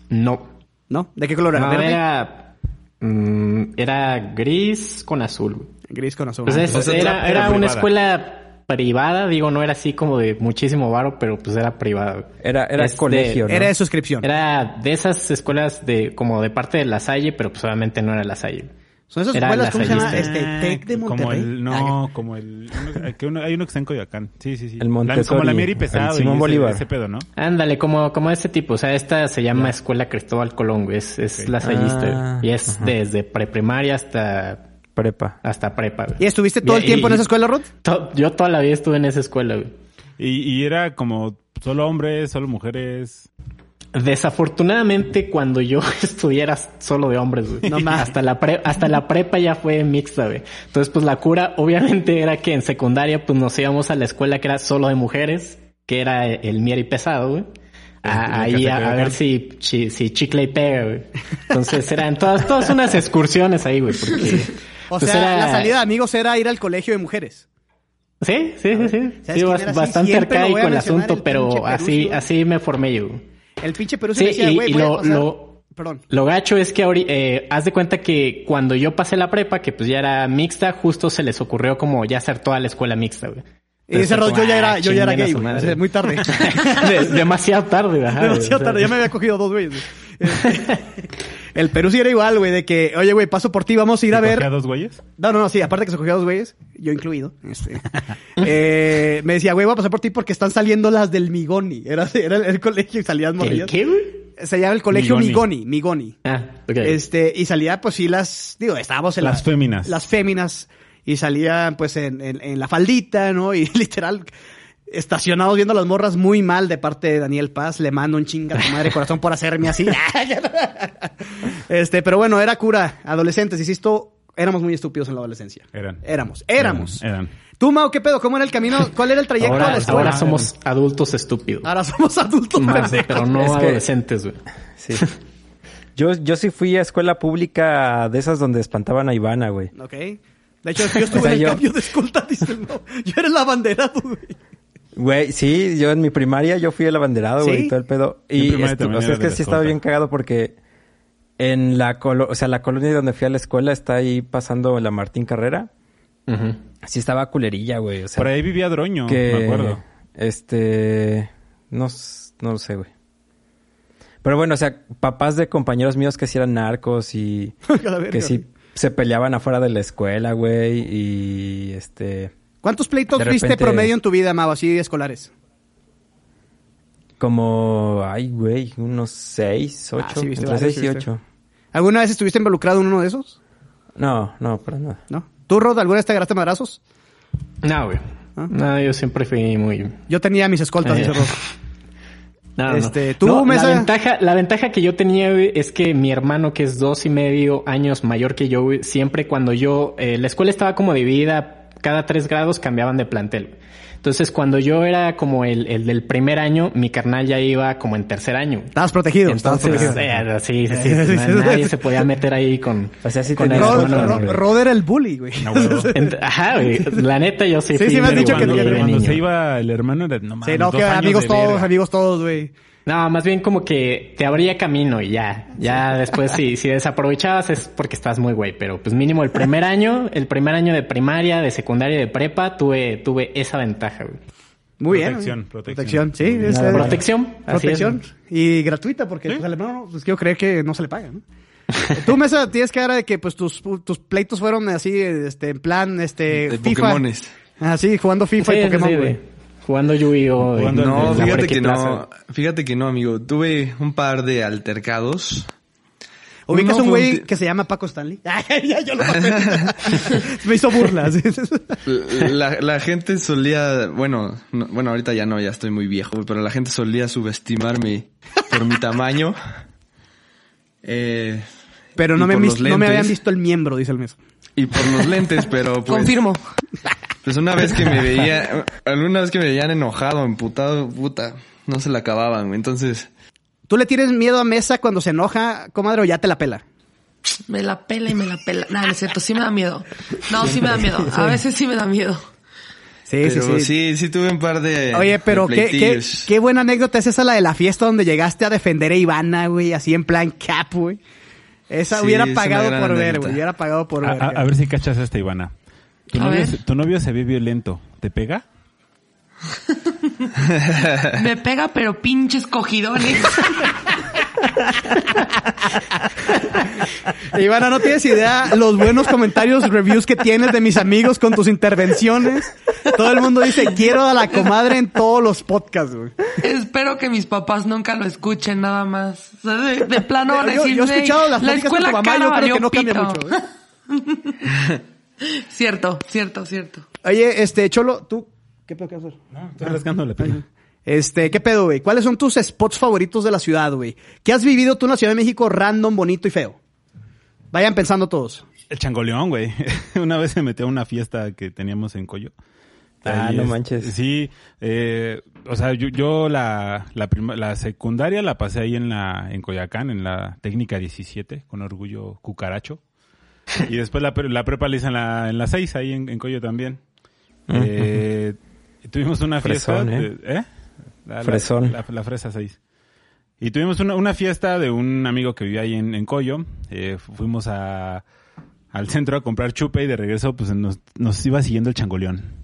C: No.
A: ¿No? ¿De qué color era?
C: No,
A: ¿Verde?
C: era. mm, era gris con azul. güey.
A: Gris con azul.
C: Pues es-
B: O sea,
C: era,
B: era
C: era una
B: privada.
C: escuela privada, digo, no era así como de muchísimo varo, pero pues era privada. güey.
D: Era- era
C: Es de-
D: colegio, ¿no?
A: Era de suscripción.
C: Era de esas escuelas de como de parte de la Salle, pero pues obviamente no era la Salle.
A: Son esas
C: era
A: escuelas, ¿cómo se llama?
C: lasallista.
A: Este, Tec de Monterrey.
B: Como el,
A: Ah,
B: no, como el... uno- que uno- hay uno que está en Coyoacán. Sí, sí, sí.
D: El
B: La-
D: Montessori,
B: Como la Mieri Pesado.
D: el Simón
B: y ese-
D: Bolívar.
B: Ese pedo, ¿no?
C: Ándale, como, como este tipo. O sea, esta se llama Escuela Cristóbal Colón, güey. Es, es
B: Ok.
C: la
D: Ah,
C: Sallista. y es desde preprimaria hasta,
D: Prepa.
C: hasta prepa, güey.
A: ¿Y estuviste todo el
C: Y-
A: tiempo en
C: y-
A: esa escuela, Rod?
C: to- yo toda la vida estuve en esa escuela, güey.
B: Y, y era como solo hombres, solo mujeres.
C: Desafortunadamente, cuando yo estudié era solo de hombres, güey.
A: No más.
C: hasta la pre- hasta la prepa ya fue mixta, güey. Entonces, pues la cura obviamente era que en secundaria pues nos íbamos a la escuela que era solo de mujeres, que era el Mier y Pesado, güey. A-
B: El que
C: ahí
B: se
C: a, a
B: pega.
C: ver si, chi- si chicle y pega, güey. Entonces eran todas, todas unas excursiones ahí, güey. Porque,
A: O
C: pues,
A: sea,
C: era-
A: la salida de amigos era ir al colegio de mujeres.
C: Sí, sí, sí, sí.
A: ¿Sabes
C: Sí,
A: quién era así?
C: bastante
A: Siempre lo voy a
C: arcaico el
A: mencionar,
C: asunto,
A: el pinche
C: pero
A: Perú,
C: así,
A: ¿no?
C: así me formé yo. güey.
A: El pinche Perú se
C: Sí,
A: me decía,
C: y-
A: güey,
C: y
A: voy a
C: lo-
A: pasar...
C: lo-
A: Perdón.
C: Lo gacho es que ahori- eh, haz de cuenta que cuando yo pasé la prepa, que pues ya era mixta, justo se les ocurrió como ya hacer toda la escuela mixta, güey.
A: Y ese
C: Entonces,
A: Rod,
C: como,
A: yo ya
C: ah,
A: era, yo ya era
C: chinguen a
A: gay,
C: su
A: güey. O
C: madre.
A: sea, Muy tarde.
C: De- demasiado tarde, ajá, güey,
A: Demasiado
C: o sea,
A: tarde, ya me había cogido dos güeyes. güey. Este, El Perú sí era igual, güey, de que, oye, güey, paso por ti, vamos a ir a
B: ¿Te
A: ver.
B: cogía dos güeyes?
A: No, no, no, sí, aparte que se cogió a dos güeyes, yo incluido. este, eh, me decía, güey, voy a pasar por ti porque están saliendo las del Migoni. Era, era el colegio y salían
C: ¿Qué,
A: morrillas.
C: qué, güey?
A: Se llama el colegio
B: Migoni.
A: Migoni, Migoni.
C: Ah, ok.
A: Este, y salía, pues sí, las, digo, estábamos en
B: Las
A: la-
B: féminas.
A: Las féminas. Y salían, pues, en, en- en la faldita, ¿no? Y literal, estacionados viendo las morras muy mal de parte de Daniel Paz. Le mando un chinga a tu madre corazón por hacerme así. este, pero bueno, era cura. Adolescentes, hiciste, éramos muy estúpidos en la adolescencia.
B: Eran.
A: Éramos, éramos.
B: Eran.
A: Tú, Mau, ¿qué pedo? ¿Cómo era el camino? ¿Cuál era el trayecto a
C: ahora,
A: la escuela?
C: ahora somos adultos estúpidos.
A: Ahora somos adultos,
C: Más,
A: pendejos.
C: pero no
D: Es que-
C: adolescentes, güey.
D: Sí. Yo, yo sí fui a escuela pública de esas donde espantaban a Ivana, güey.
A: Ok. De hecho, yo estuve
D: O sea,
A: en el
D: yo-
A: cambio de escolta, dice no. Yo era el abanderado, güey.
D: Güey, sí, yo en mi primaria yo fui el abanderado,
A: ¿Sí?
D: güey, y todo el pedo.
B: Yo en
D: Y
B: primaria
D: estu-
B: también
D: o sea,
B: era
D: es
B: de
D: que
B: la
D: sí estaba
B: escolta.
D: bien cagado porque en la colo o sea, la colonia donde fui a la escuela está ahí pasando la Martín Carrera.
C: Ujú.
D: Sí estaba culerilla, güey, o sea,
B: Por ahí vivía Droño,
D: que
B: me acuerdo.
D: este no s- no lo sé, güey. Pero bueno, o sea, papás de compañeros míos que sí eran narcos y
A: A la verga.
D: que sí se peleaban afuera de la escuela, güey, y este
A: ¿Cuántos pleitos
D: De
A: viste
D: repente-
A: promedio en tu vida, Mau, así de escolares?
D: Como, ay, güey, unos seis, ocho,
A: Ah, sí, viste
D: entre
A: varios,
D: seis
A: sí,
D: y
A: viste.
D: ocho.
A: ¿Alguna vez estuviste involucrado en uno de esos?
D: No, no, para nada.
A: ¿No? ¿Tú, Rod, alguna vez te agarraste madrazos?
C: No, güey.
A: ¿Ah?
C: No, yo siempre fui muy...
A: Yo tenía mis escoltas,
C: Eh.
A: dice Rod.
C: No, no,
A: Este,
C: no.
A: ¿tú,
C: No,
A: Mesa?
C: La ventaja, la ventaja que yo tenía güey, es que mi hermano, que es dos y medio años mayor que yo, güey, siempre cuando yo, eh, la escuela estaba como dividida, cada tres grados cambiaban de plantel. Entonces, cuando yo era como el, el del primer año, mi carnal ya iba como en tercer año.
A: Estabas protegido. Estabas
C: Entonces,
A: protegido.
C: eh, sí, sí, sí, na- nadie se podía meter ahí con,
D: O sea, sí
C: con
D: tenías-
C: eso,
A: Rod,
D: no, no,
A: Rod-
D: no, no.
A: Rod era el bully, güey.
B: No, huevo.
C: Ent- Ajá, güey. La neta, yo sí.
A: Sí,
C: fui
A: sí me has
C: medio
A: dicho que
B: cuando,
C: guango
A: te-
C: de
B: cuando
C: niño.
B: se iba el hermano era, no mames,
A: Sí, no,
B: dos
A: que
B: años
A: amigos
B: de
A: todos,
B: verga.
A: amigos todos, güey.
C: No, más bien como que te abría camino y ya. Ya después, si, si desaprovechabas es porque estás muy güey, pero pues mínimo el primer año, el primer año de primaria, de secundaria, y de prepa, tuve, tuve esa ventaja, güey.
A: Muy
B: Protección,
A: bien.
B: protección.
A: sí. es,
D: Nada
A: eh,
D: más.
C: Protección. así es.
A: Protección. Y gratuita, porque pues, al hermano, pues quiero creer que no se le paga, ¿no? Tú, Mesa, tienes cara de que pues tus, tus pleitos fueron así, este, en plan, este,
F: De
A: FIFA.
F: Pokémones.
A: Así, jugando FIFA
C: Sí,
A: y
C: sí,
A: Pokémon,
C: sí,
A: güey.
C: de- Jugando Yu-Gi-Oh! de-
B: Jugando
C: de
B: al-
F: No,
C: la
F: fíjate que
C: Plaza.
F: no. Fíjate que no, amigo. Tuve un par de altercados.
A: Ubicas
F: Uno
A: un
F: fue
A: güey
F: ti-
A: que se llama Paco Stanley. Ay, ya, yo lo maté. Me hizo burlas.
F: La, la gente solía, bueno, no- bueno, ahorita ya no, ya estoy muy viejo, pero la gente solía subestimarme por mi tamaño. Eh,
A: Pero
F: Y
A: no me,
F: por
A: han
F: los
A: visto- no me
F: lentes.
A: habían visto el miembro, dice el Mesa.
F: y por los lentes, pero pues.
E: Confirmo.
F: Pues una vez que me veía, alguna vez que me veían enojado, emputado, puta, no se la acababan, güey. Entonces,
A: ¿Tú le tienes miedo a Mesa cuando se enoja, comadre, o ya te la pela?
E: Me la pela y me la pela. Nada, no es cierto. Sí me da miedo. No, sí me da miedo. A veces sí me da miedo.
A: Sí,
F: pero sí, sí, tuve un par de.
A: Oye,
F: de
A: pero qué, qué,
F: pleitillos.
A: qué buena anécdota es esa, la de la fiesta donde llegaste a defender a Ivana, güey, así en plan cap, güey. Esa
F: Sí,
A: hubiera
F: es una
A: pagado
F: gran
A: por ver,
F: anécdota.
A: güey. Hubiera pagado por
B: A,
A: ver.
B: a- a
A: güey.
B: ver si cachas a esta Ivana. Tu
E: A
B: novio,
E: ver.
B: se- tu novio se ve violento. ¿Te pega?
E: Me pega, pero pinches cogidones.
A: Ivana, no tienes idea los buenos comentarios, reviews que tienes de mis amigos con tus intervenciones. Todo el mundo dice, quiero a la comadre en todos los podcasts, güey.
E: Espero que mis papás nunca lo escuchen, nada más. O sea, De, de plano van a
A: Yo-
E: decir,
A: yo he
E: "Güey,
A: escuchado las
E: la
A: pláticas con tu
E: escuela
A: mamá, yo
E: cara
A: creo
E: valió
A: que no cambia
E: pito".
A: mucho, ¿eh?
E: Cierto, cierto, cierto.
A: Oye, este, Cholo, ¿tú qué pedo que vas a hacer?
B: Estoy rascando la piel.
A: Este, ¿qué pedo, güey? ¿Cuáles son tus spots favoritos de la ciudad, güey? ¿Qué has vivido tú en la Ciudad de México random, bonito y feo? Vayan pensando todos.
B: El changoleón, güey. una vez se metió a una fiesta que teníamos en Coyo.
D: Ah, no manches.
B: Sí, eh, o sea, yo, yo la, la, prima- la secundaria la pasé ahí en la en Coyacán, en la técnica 17, con orgullo cucaracho. Y después la, pre- la prepa la hice en la, en la 6, ahí en, en Coyo también. Eh, tuvimos una fiesta...
D: Fresón,
B: de- ¿eh? La, la-
D: Fresón.
B: La, la fresa 6. Y tuvimos una, una fiesta de un amigo que vivía ahí en, en Coyo. Eh, fu- fuimos a, al centro a comprar chupe y de regreso pues nos, nos iba siguiendo el changoleón.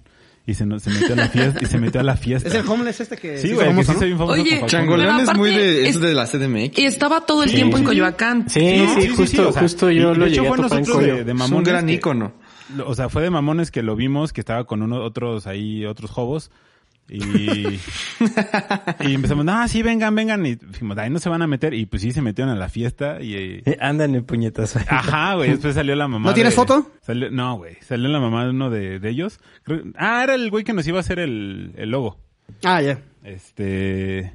B: Y se, nos, se metió a la fiesta. Y se metió a la fiesta.
A: Es el homeless este que...
B: Sí, güey, que sí soy bien famoso
E: Oye,
B: con Facundo.
E: Pero
F: Changoleón es
E: aparte
F: muy de, es
E: es-
F: de la CDMX.
E: Y estaba todo el tiempo en Coyoacán.
C: Sí,
B: No,
C: sí, justo,
B: o sea,
C: justo
B: y-
C: yo
B: y
C: lo
B: de hecho
C: llegué a
B: fue
C: topar en
B: nosotros
C: Coyo.
B: de, de
F: es
B: mamones
F: un gran
B: que-
E: este.
F: ícono.
B: lo- O sea, fue de mamones que lo vimos, que estaba con uno, otros ahí, otros jobos. Y, y empezamos, no, sí, vengan, vengan. Y dijimos, ahí no se van a meter. Y pues sí, se metieron a la fiesta. Y, eh,
D: Eh, Andan en puñetazo.
B: ajá, güey. Después salió la mamá.
A: ¿No tienes
B: de-
A: foto?
B: salió- no, güey. Salió la mamá de uno de, de ellos. Creo- ah, era el güey que nos iba a hacer el, el logo.
A: Ah, ya.
B: Este.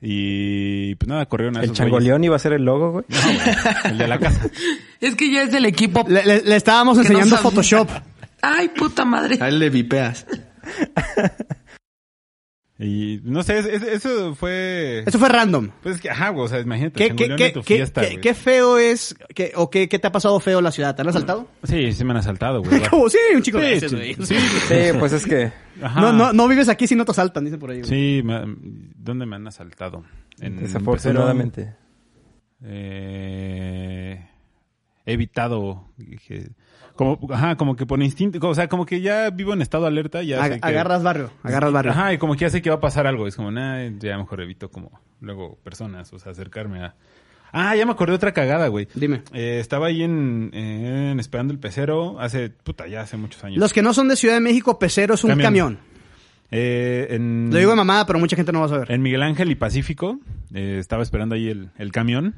B: Y pues nada, corrieron a
D: El
B: esos
D: changoleón iba a ser el logo, güey.
B: güeyes. El de la casa.
E: Es que ya es del equipo.
A: Le, le- le estábamos
E: Que no
A: enseñando
E: sabía.
A: Photoshop.
E: Ay, puta madre.
F: A él le vipeas.
B: Y no sé, es- es- eso fue.
A: Eso fue random.
B: Pues es que, ajá, güey. O sea, imagínate,
A: ¿Qué, qué,
B: changoleón
A: qué,
B: en tu
A: qué-
B: fiesta,
A: qué-
B: güey.
A: qué feo es qué- o qué, qué te ha pasado feo en la ciudad? ¿Te han asaltado?
B: Sí, sí me han asaltado, güey.
A: Como, sí, un chico de
B: Sí,
A: veces, güey.
B: sí,
D: Sí, pues es que.
B: ajá.
A: No, no, no vives aquí si no te asaltan, dicen por ahí. güey.
B: Sí, me- ¿dónde me han asaltado? En
D: Desafortunadamente.
B: Eh, he evitado. que- como, ajá, como que por instinto. O sea, como que ya vivo en estado alerta. Ya
A: Ag-
B: sé que-
A: agarras barrio, agarras barrio.
B: Ajá, y como que ya sé que va a pasar algo. Es como, nah, ya mejor evito como luego personas, o sea, acercarme a. Ah, ya me acordé de otra cagada, güey.
A: Dime.
B: Eh, estaba ahí en, en Esperando el Pecero hace, puta, ya hace muchos años.
A: Los que no son de Ciudad de México, Pecero es un
B: Camión.
A: camión.
B: Eh, en,
A: Lo digo de mamada, pero mucha gente no va a saber.
B: En Miguel Ángel y Pacífico, eh, estaba esperando ahí el, el camión,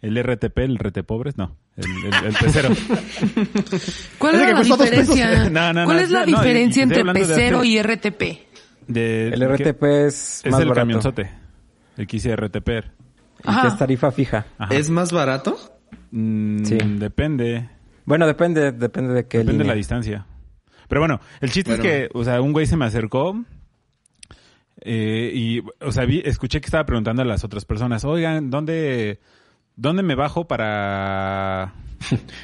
B: el RTP, el RT Pobres, no, el, el- el pecero.
E: ¿Cuál
A: Ese
E: era
A: que
E: la
A: costó dos pesos.
E: diferencia?
B: No, no, no,
E: ¿Cuál es la
B: no, y- y estoy
E: diferencia entre
B: hablando de
E: pecero
B: hace-
E: y RTP?
B: De-
D: El RTP es
B: Es
D: más
B: el
D: barato.
B: camionzote, el que hice RTP.
D: Y que es tarifa fija.
B: Ajá.
F: ¿Es más barato?
B: Mm,
D: Sí.
B: Depende,
D: Bueno, depende, depende de qué
B: depende de la
D: línea.
B: distancia. Pero bueno, el chiste
F: Bueno.
B: es que, o sea, un güey se me acercó eh, y, o sea, vi- escuché que estaba preguntando a las otras personas, oigan, ¿dónde, dónde me bajo para...?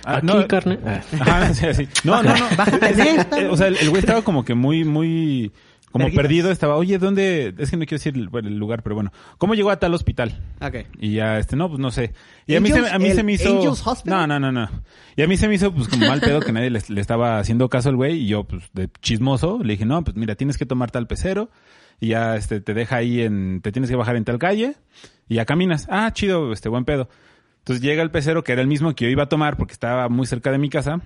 B: Ah,
C: Aquí, carne. Ah.
B: Ajá, sí, así. No, no, no.
A: Bájate en esta.
B: Eh, O sea, el, el güey estaba como que muy, muy... Como
A: Verguitas.
B: perdido, estaba, oye, ¿dónde? Es que no quiero decir el, bueno, el lugar, pero bueno. ¿Cómo llegó a tal hospital?
A: Ok.
B: Y ya, este, no, pues no sé. Y a mí,
A: Angels-
B: se, a mí
A: el
B: se me hizo...
A: Angels Hospital?
B: No, no, no, no. Y a mí se me hizo, pues, como mal pedo que nadie le, le estaba haciendo caso al güey. Y yo, pues, de chismoso, le dije, no, pues, mira, tienes que tomar tal pecero. Y ya, este, te deja ahí en... Te tienes que bajar en tal calle. Y ya caminas. Ah, chido, este, buen pedo. Entonces llega el pecero, que era el mismo que yo iba a tomar porque estaba muy cerca de mi casa.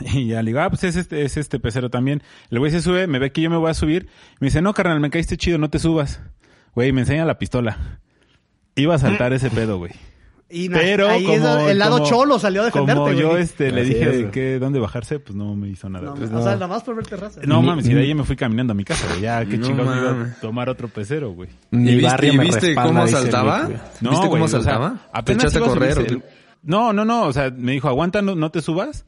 B: Y ya le digo, ah, pues es este, es este pecero también. El güey se sube, me ve que yo me voy a subir. Me dice, no, carnal, me caíste chido, no te subas. Güey, me enseña la pistola. Iba a saltar ese pedo, güey.
A: Y na-
B: Pero
A: ahí es
B: como-
A: donde el lado
B: como-
A: cholo salió a defenderte,
B: Como
A: güey.
B: yo este, le
D: Así
B: dije
D: es,
B: de
D: güey.
B: que dónde bajarse, pues no me hizo nada.
A: No,
B: Pues,
A: O sea, nada más por ver terraza.
B: no
D: Ni-
B: mames, y de
D: ni-
B: ahí me fui caminando a mi casa, güey. Ya, qué
F: No
B: chingados me iba a
F: mames.
B: tomar otro pecero, güey.
D: Mi
F: ¿Y viste,
D: barrio
F: y
D: me
F: viste
D: respalda,
F: cómo
D: dice el
F: saltaba?
D: Nick, güey.
F: ¿Viste
B: güey,
F: cómo
B: o sea,
F: saltaba? ¿Te
B: apenas
F: echaste a
B: iba
F: correr?
B: subirse
F: o
B: el- No, no, no. O sea, me dijo, aguanta, no, no te subas.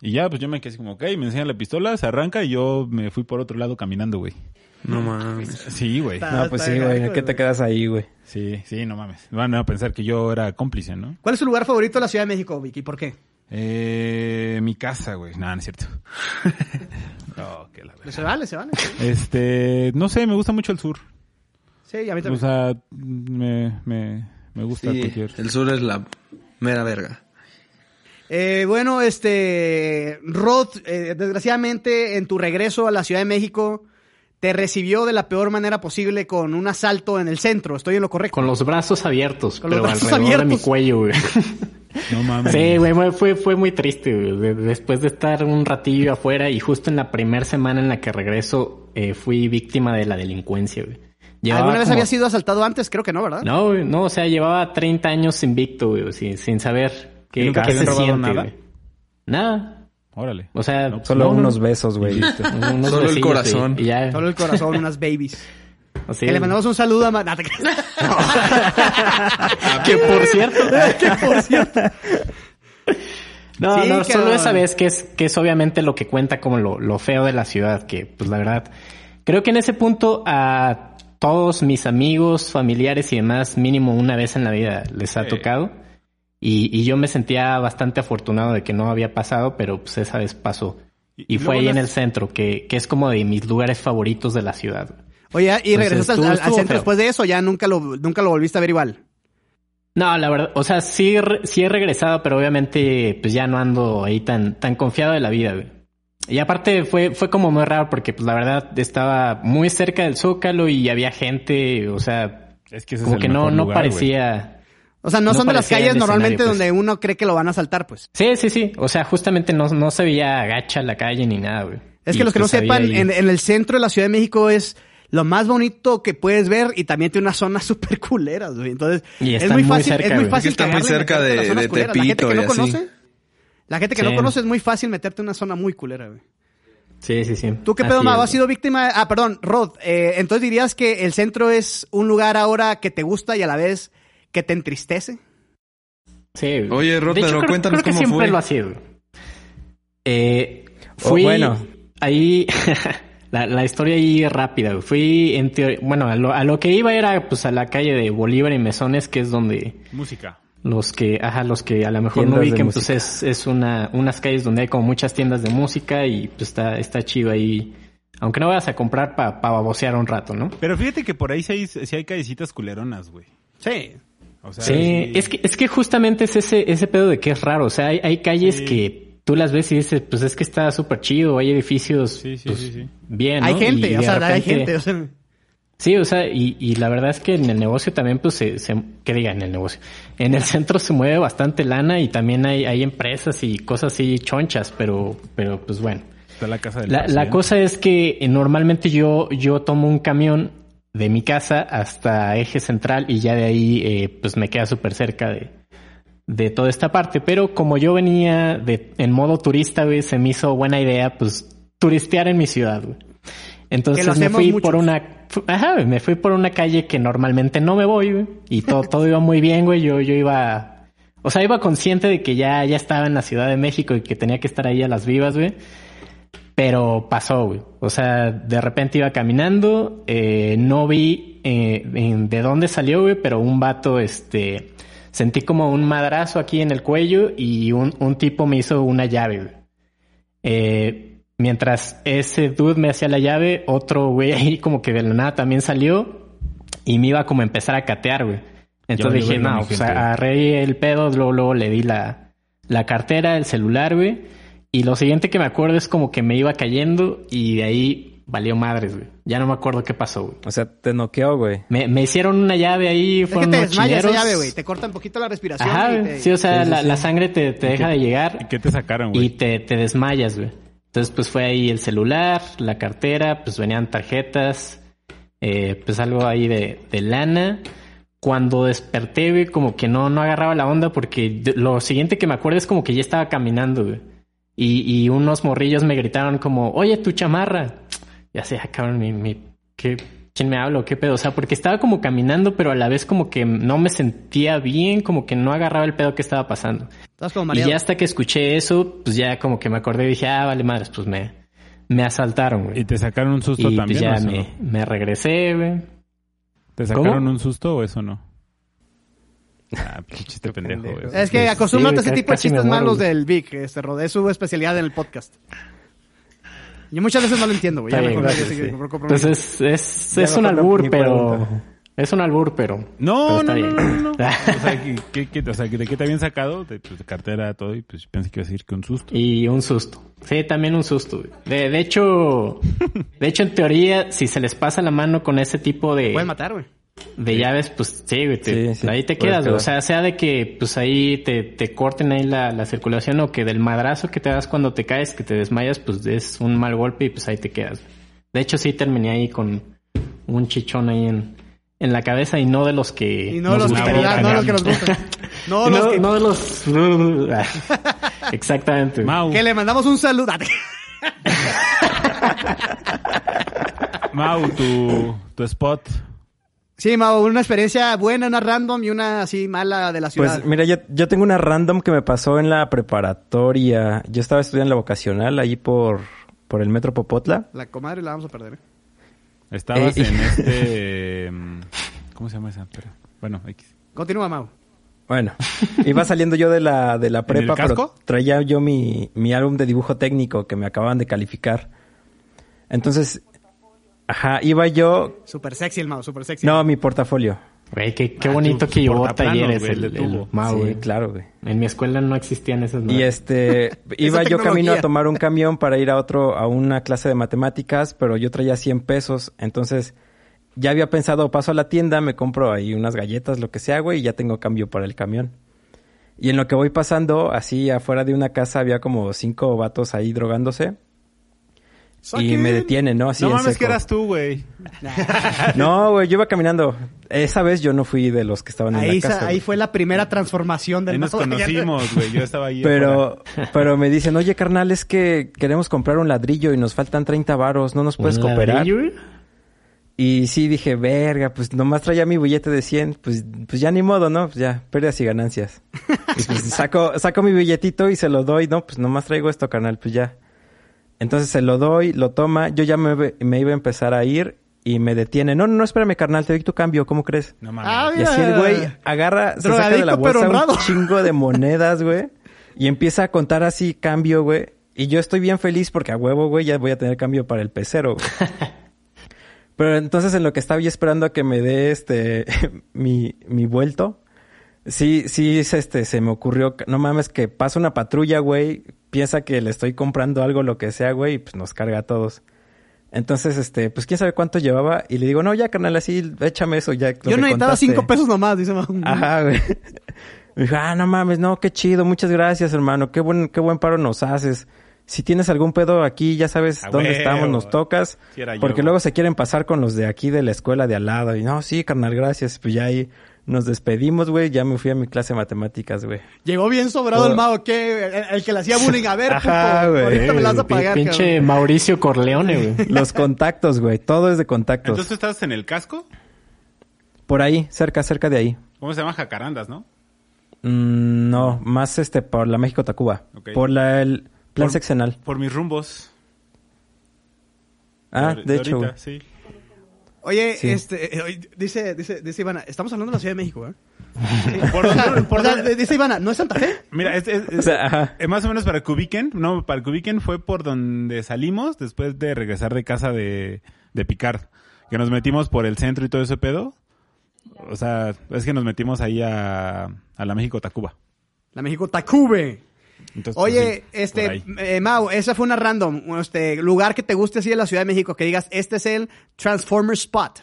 B: Y ya, pues yo me quedé así como, ok, me enseña la pistola, se arranca y yo me fui por otro lado caminando, güey.
F: qué? No mames.
B: Sí, güey.
A: Está-
D: No, pues
A: está
D: sí,
A: gacho,
D: güey. ¿Qué te
A: güey.
D: quedas ahí, güey?
B: Sí, sí, no mames. Van a pensar que yo era cómplice, ¿no?
A: ¿Cuál es su lugar favorito de la Ciudad de México, Vicky? ¿Por qué?
B: Eh, mi casa, güey. Nada, no es cierto. no, que la verdad.
A: Se vale, se vale.
B: Este, no sé, me gusta mucho el sur.
A: Sí, a mí
B: O
A: también.
B: sea, me, me, me gusta
F: Sí,
B: cualquier...
F: el sur es la mera verga.
A: Eh, bueno, este, Rod, eh, desgraciadamente en tu regreso a la Ciudad de México te recibió de la peor manera posible con un asalto en el centro. Estoy en lo correcto.
C: Con los brazos abiertos,
A: Con los
C: pero
A: brazos
C: alrededor de mi
A: abiertos.
C: cuello, güey.
B: No mames.
C: Sí, güey, fue- fue, fue muy triste, güey. De- Después de estar un ratillo afuera y justo en la primera semana en la que regreso, eh, fui víctima de la delincuencia, güey.
A: Ah,
C: Llevaba
A: ¿Alguna vez
C: como-
A: había sido asaltado antes? Creo que no, ¿verdad?
C: No, güey, no, o sea, llevaba 30 años invicto, güey, sin, sin saber
B: ¿Y
C: qué,
B: nunca
C: qué
B: te
C: se
B: habían robado
C: siente,
B: nada?
C: güey. Nada.
B: Órale.
C: O sea,
B: No,
D: Solo
C: no, no,
D: unos
C: no.
D: besos, güey.
C: Unos
F: Solo el
C: besillos,
F: corazón.
C: Y, y ya.
A: Solo el corazón, unas babies.
C: así.
A: Que le mandamos un saludo a... Ma- Nah, te creas.
C: Que por cierto.
A: Ah, que por cierto.
C: No,
A: Sí,
C: no, solo
A: cabrón.
C: esa vez que es, que es obviamente lo que cuenta como lo, lo feo de la ciudad, que pues la verdad, creo que en ese punto a todos mis amigos, familiares y demás, mínimo una vez en la vida les ha
B: Sí.
C: tocado. Y, y yo me sentía bastante afortunado de que no había pasado, pero pues esa vez pasó. Y,
B: Y
C: fue
B: luego
C: ahí en
B: las-
C: el centro, que, que es como de mis lugares favoritos de la ciudad.
A: Oye, ¿y
C: Entonces,
A: regresaste al,
C: Pues estuvo-
A: al- al
C: estuvo
A: centro
C: feo.
A: después de eso? ¿Ya nunca lo, nunca lo volviste a ver igual?
C: No, la verdad, o sea, sí, re- sí he regresado, pero obviamente pues ya no ando ahí tan, tan confiado de la vida, güey. Y aparte fue, fue como muy raro porque pues la verdad estaba muy cerca del Zócalo y había gente, o sea,
B: Es que ese
C: como
B: es el
C: que no,
B: mejor
C: no
B: lugar, güey.
C: parecía...
A: O sea, no,
C: No
A: son de las
C: parecía
A: calles
C: el
A: normalmente
C: escenario, pues.
A: donde uno cree que lo van a asaltar, pues.
C: Sí, sí, sí, o sea, justamente no, no se veía agacha la calle ni nada, güey.
A: Es
C: Y,
A: que los que no
C: pues, había
A: sepan,
C: ahí-
A: en, en el centro de la Ciudad de México es lo más bonito que puedes ver y también tiene unas zonas súper culeras, güey. Entonces,
C: Y
A: es
C: están
A: muy
C: muy
A: fácil,
C: cerca,
A: es muy
C: güey.
A: fácil
F: Es que está muy
A: cagarle y
F: cerca
A: meterte a las
F: de-
A: zonas
F: de
A: culeras. La gente
F: Tepito
A: que
F: y
A: no
F: así.
A: conoce, la gente que no
C: Sí.
A: conoce es muy fácil meterte en una zona muy culera, güey.
C: Sí, sí, sí.
A: ¿Tú qué
C: Así
A: pedo,
C: es,
A: Mavo?
C: güey.
A: ¿Has sido víctima? Ah, perdón, Rod. eh, entonces dirías que el centro es un lugar ahora que te gusta y a la vez que te entristece.
C: Sí. güey.
F: Oye, Rod,
C: De hecho,
F: pero
C: creo-
F: cuéntanos
C: creo que
F: cómo
C: siempre
F: fue.
C: lo ha sido. Eh, fui
D: Oh, bueno.
C: ahí... la, la historia ahí rápida. güey. Fui en teoría... Bueno, a lo, a lo que iba era pues a la calle de Bolívar y Mesones, que es donde
B: Música.
C: los que... Ajá, los que a lo mejor
D: Tiendas
C: no
D: de
C: ubiquen, pues
D: música.
C: es, es una, unas calles donde hay como muchas tiendas de música y pues está, está chido ahí. Aunque no vayas a comprar para babosear un rato, ¿no?
B: Pero fíjate que por ahí sí hay, sí hay callecitas culeronas, güey.
A: Sí.
B: O sea,
C: Sí, es que, es que justamente es ese, ese pedo de que es raro. O sea, hay, hay calles
B: Sí.
C: que tú las ves y dices, pues es que está súper chido, hay edificios
B: Sí, sí,
C: pues,
B: sí, sí.
C: bien. ¿no?
A: Hay
C: Y
A: gente, o
C: de
A: sea, hay
C: repente-
A: gente. o sea,
C: Sí, o sea, y, y la verdad es que en el negocio también, pues, se, se- ¿qué diga en el negocio? En el centro se mueve bastante lana y también hay, hay empresas y cosas así chonchas, pero, pero pues bueno.
B: Está la casa del
C: La, la
B: presidente.
C: cosa es que eh, normalmente yo, yo tomo un camión de mi casa hasta Eje Central y ya de ahí eh, pues me queda súper cerca de, de toda esta parte. Pero como yo venía de, en modo turista, güey, se me hizo buena idea pues turistear en mi ciudad, güey.
A: Que lo
C: Entonces me
A: hacemos
C: fui
A: muchos.
C: por una... fu- Ajá, güey, me fui por una calle que normalmente no me voy, güey. Y todo, todo iba muy bien, güey. Yo, yo iba... O sea, iba consciente de que ya, ya estaba en la Ciudad de México y que tenía que estar ahí a las vivas, güey. Pero pasó, güey. O sea, de repente iba caminando, eh, no vi eh, en- de dónde salió, güey, pero un vato, este, sentí como un madrazo aquí en el cuello y un, un tipo me hizo una llave, güey. Eh, mientras ese dude me hacía la llave, otro güey ahí como que de la nada también salió y me iba como a empezar a catear, güey. Entonces
B: Ya valió
C: dije,
B: verga
C: no,
B: mi
C: pues
B: gente".
C: agarré el pedo, luego, luego le di la, la cartera, el celular, güey. Y lo siguiente que me acuerdo es como que me iba cayendo y de ahí valió madres, güey. Ya no me acuerdo qué pasó, güey.
D: O sea, te noqueó, güey.
C: Me, me hicieron una llave ahí,
A: Es que
C: fueron
A: te
C: unos
A: desmayas esa
C: chileros.
A: llave, güey. Te corta un poquito la respiración.
C: Ajá,
A: y
C: güey.
A: te-
C: sí, o sea,
D: Sí, sí,
C: la,
D: sí.
C: la sangre te, te deja de llegar
B: ¿Y qué te sacaron,
C: y
B: güey?
C: te, te desmayas, güey. Entonces, pues fue ahí el celular, la cartera, pues venían tarjetas, eh, pues algo ahí de, de lana. Cuando desperté, güey, como que no, no agarraba la onda porque de- lo siguiente que me acuerdo es como que ya estaba caminando, güey. Y, y unos morrillos me gritaron como, oye, tu chamarra. Ya sé, ah, cabrón, mi, mi, ¿qué, ¿quién me habla? o ¿Qué pedo? O sea, porque estaba como caminando, pero a la vez como que no me sentía bien, como que no agarraba el pedo que estaba pasando.
A: Estás como
C: Y
A: mareado.
C: ya hasta que escuché eso, pues ya como que me acordé y dije, ah, vale madres, pues me, me asaltaron, güey.
B: ¿Y te sacaron un
C: Y
B: susto
C: pues
B: también?
C: ya
B: o eso
C: me,
B: no?
C: me regresé, güey.
B: ¿Te sacaron
C: ¿Cómo?
B: un susto o eso no? Ah, pinche chiste pendejo, güey.
A: Es que
C: Pues,
A: acostúmbrate
C: sí,
A: a ese
C: ca-
A: tipo de
C: casi me
A: chistes
C: muero,
A: malos
C: güey.
A: del Vic. Este, Rodé su especialidad en el podcast. Yo muchas veces no lo entiendo, güey. Ya
C: Está
A: me
C: bien,
A: acordé
C: gracias,
A: que sí,
C: sí.
A: que me compro-
C: Entonces es,
D: Ya
C: es
D: no
C: un
D: toca
C: albur,
D: mi
C: pero...
D: pregunta.
C: Es un albur, pero... pero
B: No,
C: está
B: no, no,
C: bien.
B: no, no. O sea, que, que- que- o sea, que de qué te habían sacado, de tu cartera, todo, y pues pensé que iba a decir que un susto.
C: Y un susto. Sí, también un susto. güey. De, de hecho, de hecho, en teoría, si se les pasa la mano con ese tipo de,
A: Pueden matar, güey.
C: de llaves, pues sí, güey, te-
D: Sí, sí,
C: ahí te
D: puedes
C: quedas, güey.
D: quedar.
C: O sea, sea de que pues ahí te, te corten ahí la, la circulación o que del madrazo que te das cuando te caes, que te desmayas, pues es un mal golpe y pues ahí te quedas. güey. De hecho, sí terminé ahí con un chichón ahí en, en la cabeza y no de los que...
A: Y no los que,
B: gusta
A: te dan, no los que nos
C: nos gusta
A: gustan. No
C: no,
A: los que...
C: no de los... Exactamente. güey.
B: Mau,
A: Que le mandamos un saludo.
B: Mau, tu, tu spot.
A: Sí, Mau, una experiencia buena, una random y una así mala de la ciudad.
D: Pues mira, yo, yo tengo una random que me pasó en la preparatoria. Yo estaba estudiando la vocacional allí por, por el Metro Popotla.
A: La comadre la vamos a perder. ¿eh?
B: Estabas
D: Eh, y-
B: en este... em, ¿Cómo se llama esa? Pero, bueno, X.
A: Continúa, Mau.
D: Bueno, iba saliendo yo de la, de la prepa,
B: el casco?
D: pero traía yo mi, mi álbum de dibujo técnico que me acababan de calificar. Entonces, ajá, iba yo...
A: Super sexy el Mau, super sexy.
D: No, mi portafolio.
C: Güey, qué, qué
B: Ah,
C: bonito
B: tu-
C: que
B: tu
C: llevó
B: portaplanos,
C: talleres
B: güey,
C: el,
B: el de
C: el
B: tubo.
C: Mau,
D: sí,
C: Ah, güey.
D: claro, güey.
C: En mi escuela no existían esas
D: Y
C: madres.
D: este, iba yo
A: tecnología.
D: camino a tomar un camión para ir a otro, a una clase de matemáticas, pero yo traía 100 pesos. Entonces, ya había pensado, paso a la tienda, me compro ahí unas galletas, lo que sea, güey, y ya tengo cambio para el camión. Y en lo que voy pasando, así afuera de una casa había como cinco vatos ahí drogándose. Y me detienen, ¿no? Así
B: no
D: en
B: mames
D: seco.
B: que eras tú, güey.
D: No, güey, yo iba caminando. Esa vez yo no fui de los que estaban en
A: Ahí,
D: la casa.
A: sa- ahí
D: güey.
A: fue la primera transformación del
B: Ahí nos
A: Mau.
B: conocimos, güey. Yo estaba ahí. afuera.
D: Pero, pero me dicen, oye, carnal, es que queremos comprar un ladrillo y nos faltan 30 varos, ¿no nos puedes
C: ¿Un
D: cooperar?
C: ladrillo, güey?
D: Y sí, dije, verga, pues nomás traía mi billete de 100, pues, pues ya ni modo, ¿no? Pues ya, pérdidas y ganancias. Y pues saco, saco mi billetito y se lo doy, ¿no? Pues nomás traigo esto, carnal, pues ya. Entonces se lo doy, lo toma, yo ya me, ve- me iba a empezar a ir y me detiene. No, no, no, espérame, carnal, te doy tu cambio, ¿cómo crees?
B: No
A: Ah,
B: mames.
D: Y así el güey agarra, se saca de la
A: Drogadicto, pero
D: bolsa
A: honrado.
D: un chingo de monedas, güey. Y empieza a contar así cambio, güey. Y yo estoy bien feliz porque a huevo, güey, ya voy a tener cambio para el pecero, güey. Pero entonces en lo que estaba yo esperando a que me dé este mi, mi vuelto, sí, sí, es, este, se me ocurrió, no mames, que pasa una patrulla, güey, piensa que le estoy comprando algo, lo que sea, güey, y pues nos carga a todos. Entonces, este, pues quién sabe cuánto llevaba, y le digo, no, ya, carnal, así, échame eso, ya. lo
A: Yo
D: que
A: necesitaba
D: contaste".
A: cinco pesos nomás, dice Mau.
D: Ajá, güey. Me dijo, ah, no mames, no, qué chido, muchas gracias, hermano, qué buen, qué buen paro nos haces. Si tienes algún pedo aquí, ya sabes
B: A
D: dónde
B: huevo.
D: estamos, nos tocas.
B: Sí era yo,
D: porque
B: güey.
D: luego se quieren pasar con los de aquí de la escuela de al lado. Y no, sí, carnal, gracias. Pues ya ahí nos despedimos, güey. Ya me fui a mi clase de matemáticas, güey.
A: Llegó bien sobrado
D: Todo.
A: el Mau, que el, el que le hacía bullying. A ver,
D: Ajá,
A: puto,
D: güey.
A: ahorita me la vas a
C: Pi-
A: pagar,
C: Pinche
A: cabrón.
C: Mauricio Corleone, güey.
D: Los contactos, güey. Todo es de contactos.
B: Entonces estabas en el casco.
D: Por ahí, cerca, cerca de ahí.
B: ¿Cómo se llama? Jacarandas, ¿no?
D: Mm, no, más este, por la México-Tacuba.
B: Ok.
D: Por la, el plan
B: Por-
D: seccional.
B: Por mis rumbos.
D: Ah,
B: ahor-
D: de hecho,
B: ahorita,
D: güey.
B: sí.
A: Oye,
D: Sí.
A: este, eh, oye, dice, dice, dice Ivana, estamos hablando de la Ciudad de México, ¿eh? Por donde- por donde- dice Ivana, ¿no es Santa Fe?
B: Mira, es, es- es-
D: O sea, ajá.
B: eh, más o menos para que ubiquen, no, para que ubiquen fue por donde salimos después de regresar de casa de, de Picard, que nos metimos por el centro y todo ese pedo. O sea, es que nos metimos ahí a, a la México Tacuba.
A: La México Tacube.
B: Entonces,
A: Oye,
B: pues, sí, por
A: este,
B: ahí.
A: eh, Mau, esa fue una random, este, lugar que te guste así de la Ciudad de México, que digas, este es el Transformer Spot.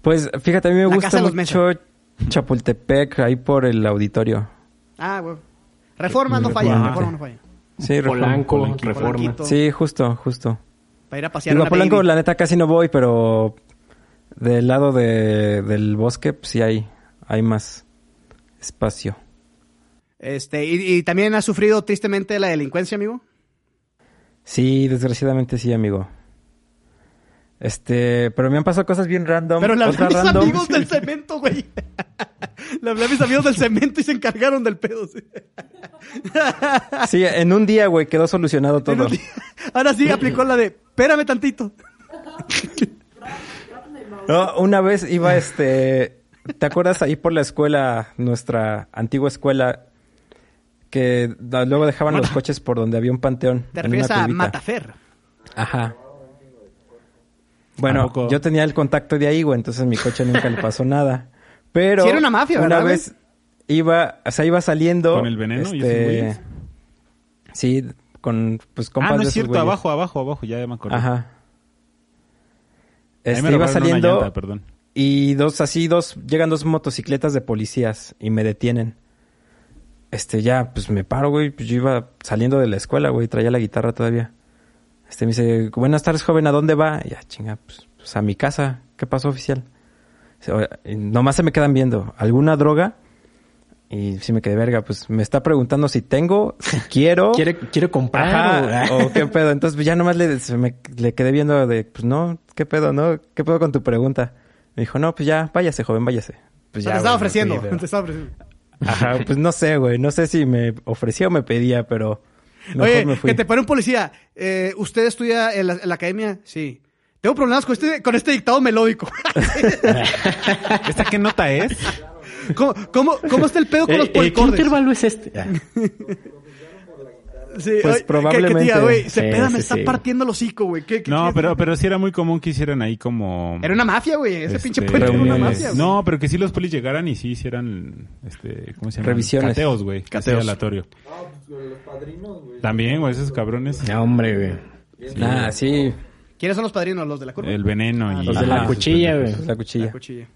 D: Pues fíjate, a mí me
A: La Casa
D: gusta
A: de los
D: mucho Chapultepec, ahí por el auditorio.
A: Ah, güey. Reforma no falla,
B: Ajá.
A: reforma no falla.
D: Sí, Reforma.
C: Polanco,
B: Polanquito.
C: Reforma.
A: Polanquito.
D: Sí, justo, justo.
A: Para ir a pasear
D: Digo, a
A: una
D: Polanco,
A: baby.
D: la neta, casi no voy, pero del lado de- del bosque, pues, sí hay, hay más espacio.
A: Este, y, y también has sufrido tristemente la delincuencia, amigo.
D: Sí, desgraciadamente sí, amigo. Este, pero me han pasado cosas bien random.
A: Pero le hablé a
D: otras
A: mis
D: random.
A: amigos del cemento, güey. Le hablé a mis amigos del cemento y se encargaron del pedo. sí.
D: Sí, en un día, güey, quedó solucionado todo.
A: Ahora sí aplicó la de, espérame tantito.
D: No, una vez iba este. ¿Te acuerdas ahí por la escuela, nuestra antigua escuela, que da- luego dejaban los coches por donde había un panteón?
A: Te
D: en
A: refieres
D: una
A: a
D: curvita?
A: Matafer.
D: Ajá.
B: ¿A
D: Bueno,
B: poco?
D: yo tenía el contacto de ahí, güey, entonces a mi coche nunca le pasó nada. Pero.
A: Sí era una mafia, ¿verdad,
D: Una
A: güey?
D: vez iba, o sea, iba saliendo. este,
B: ¿Con el veneno y esos güeyes?
D: Sí, con, pues, compas
B: Ah, no
D: de
B: es
D: esos
B: cierto,
D: güeyes.
B: abajo, abajo, abajo, ya me acordé. Ahí
D: Ajá.
B: me
D: Este, iba
B: robaron una
D: saliendo.
B: llanta, perdón.
D: Y dos, así, dos, llegan dos motocicletas de policías y me detienen. Este, ya, pues me paro, güey. Pues yo iba saliendo de la escuela, güey, traía la guitarra todavía. Este me dice, buenas tardes, joven, ¿a dónde va? Y ya, chinga, pues, pues, a mi casa. ¿Qué pasó, oficial? Dice, "Oye", y nomás se me quedan viendo, ¿alguna droga? Y sí me quedé verga, pues me está preguntando si tengo, si quiero.
C: ¿Quiere, quiere comprar?
D: Ajá,
C: o-
D: o qué pedo. Entonces, pues ya nomás le, se me- le quedé viendo de, pues no, qué pedo, ¿no? ¿Qué pedo con tu pregunta? Me dijo, no, pues ya, váyase, joven, váyase.
A: O
D: Pues
A: sea,
D: ya,
A: te estaba
D: güey, me
A: ofreciendo.
D: fui, pero-
A: Te estaba ofreciendo.
D: Ajá, pues no sé, güey. No sé si me ofrecía o me pedía, pero mejor
A: Oye,
D: me fui.
A: que te pone un policía. Eh, ¿Usted estudia en la, en la academia? Sí. Tengo problemas con este, con este dictado melódico.
B: ¿Esta qué nota es?
A: ¿Cómo, cómo, cómo está el pedo con
C: Eh,
A: los
C: eh, ¿Qué
A: policordes?
C: intervalo es este? Ah,
A: Sí, oye, que- Que,
D: Pues
A: te diga,
D: probablemente.
A: güey, se
C: Sí,
A: peda, me
C: sí,
A: está
C: sí.
A: partiendo el hocico, güey. ¿Qué- qué-
B: No,
A: qué-
B: pero, pero sí era muy común que hicieran ahí como...
A: Era una mafia, güey. Ese
B: Mm. este,
A: pinche pueblo era una mafia. güey.
B: No, pero que sí los polis llegaran y sí hicieran, este, ¿cómo se llama?
D: Revisiones.
B: Cateos, güey. Cateos. aleatorio. También, güey, esos cabrones.
C: no, hombre, güey.
D: Ah, sí,
A: ¿Quiénes son los padrinos? Los de la curva.
B: El veneno y... Ah,
D: los
C: Ah, De
D: Ajá,
C: la
D: sus
C: cuchilla, güey.
D: pues la cuchilla.
A: La cuchilla.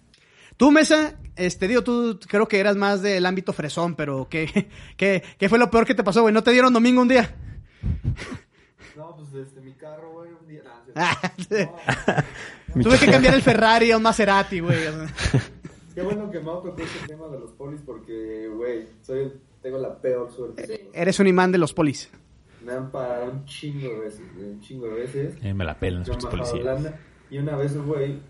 A: Tú, Mesa, este, digo, tú creo que eras más del ámbito fresón, pero ¿qué, qué, qué fue lo peor que te pasó, güey? ¿No te dieron domingo un día?
G: pues, este,
A: No, pues desde mi carro, güey, un día. Tuve que cambiar el Ferrari a un Maserati, güey.
G: Qué bueno que Mau tocó este tema de los polis porque, güey, soy, tengo la peor suerte.
A: Eres un imán de los polis.
G: Me han parado un chingo de veces, güey, un chingo de veces.
B: Eh, me la pelan
G: Yo
B: los
G: me bajaba a
B: policías.
G: Holanda, y una vez, un güey,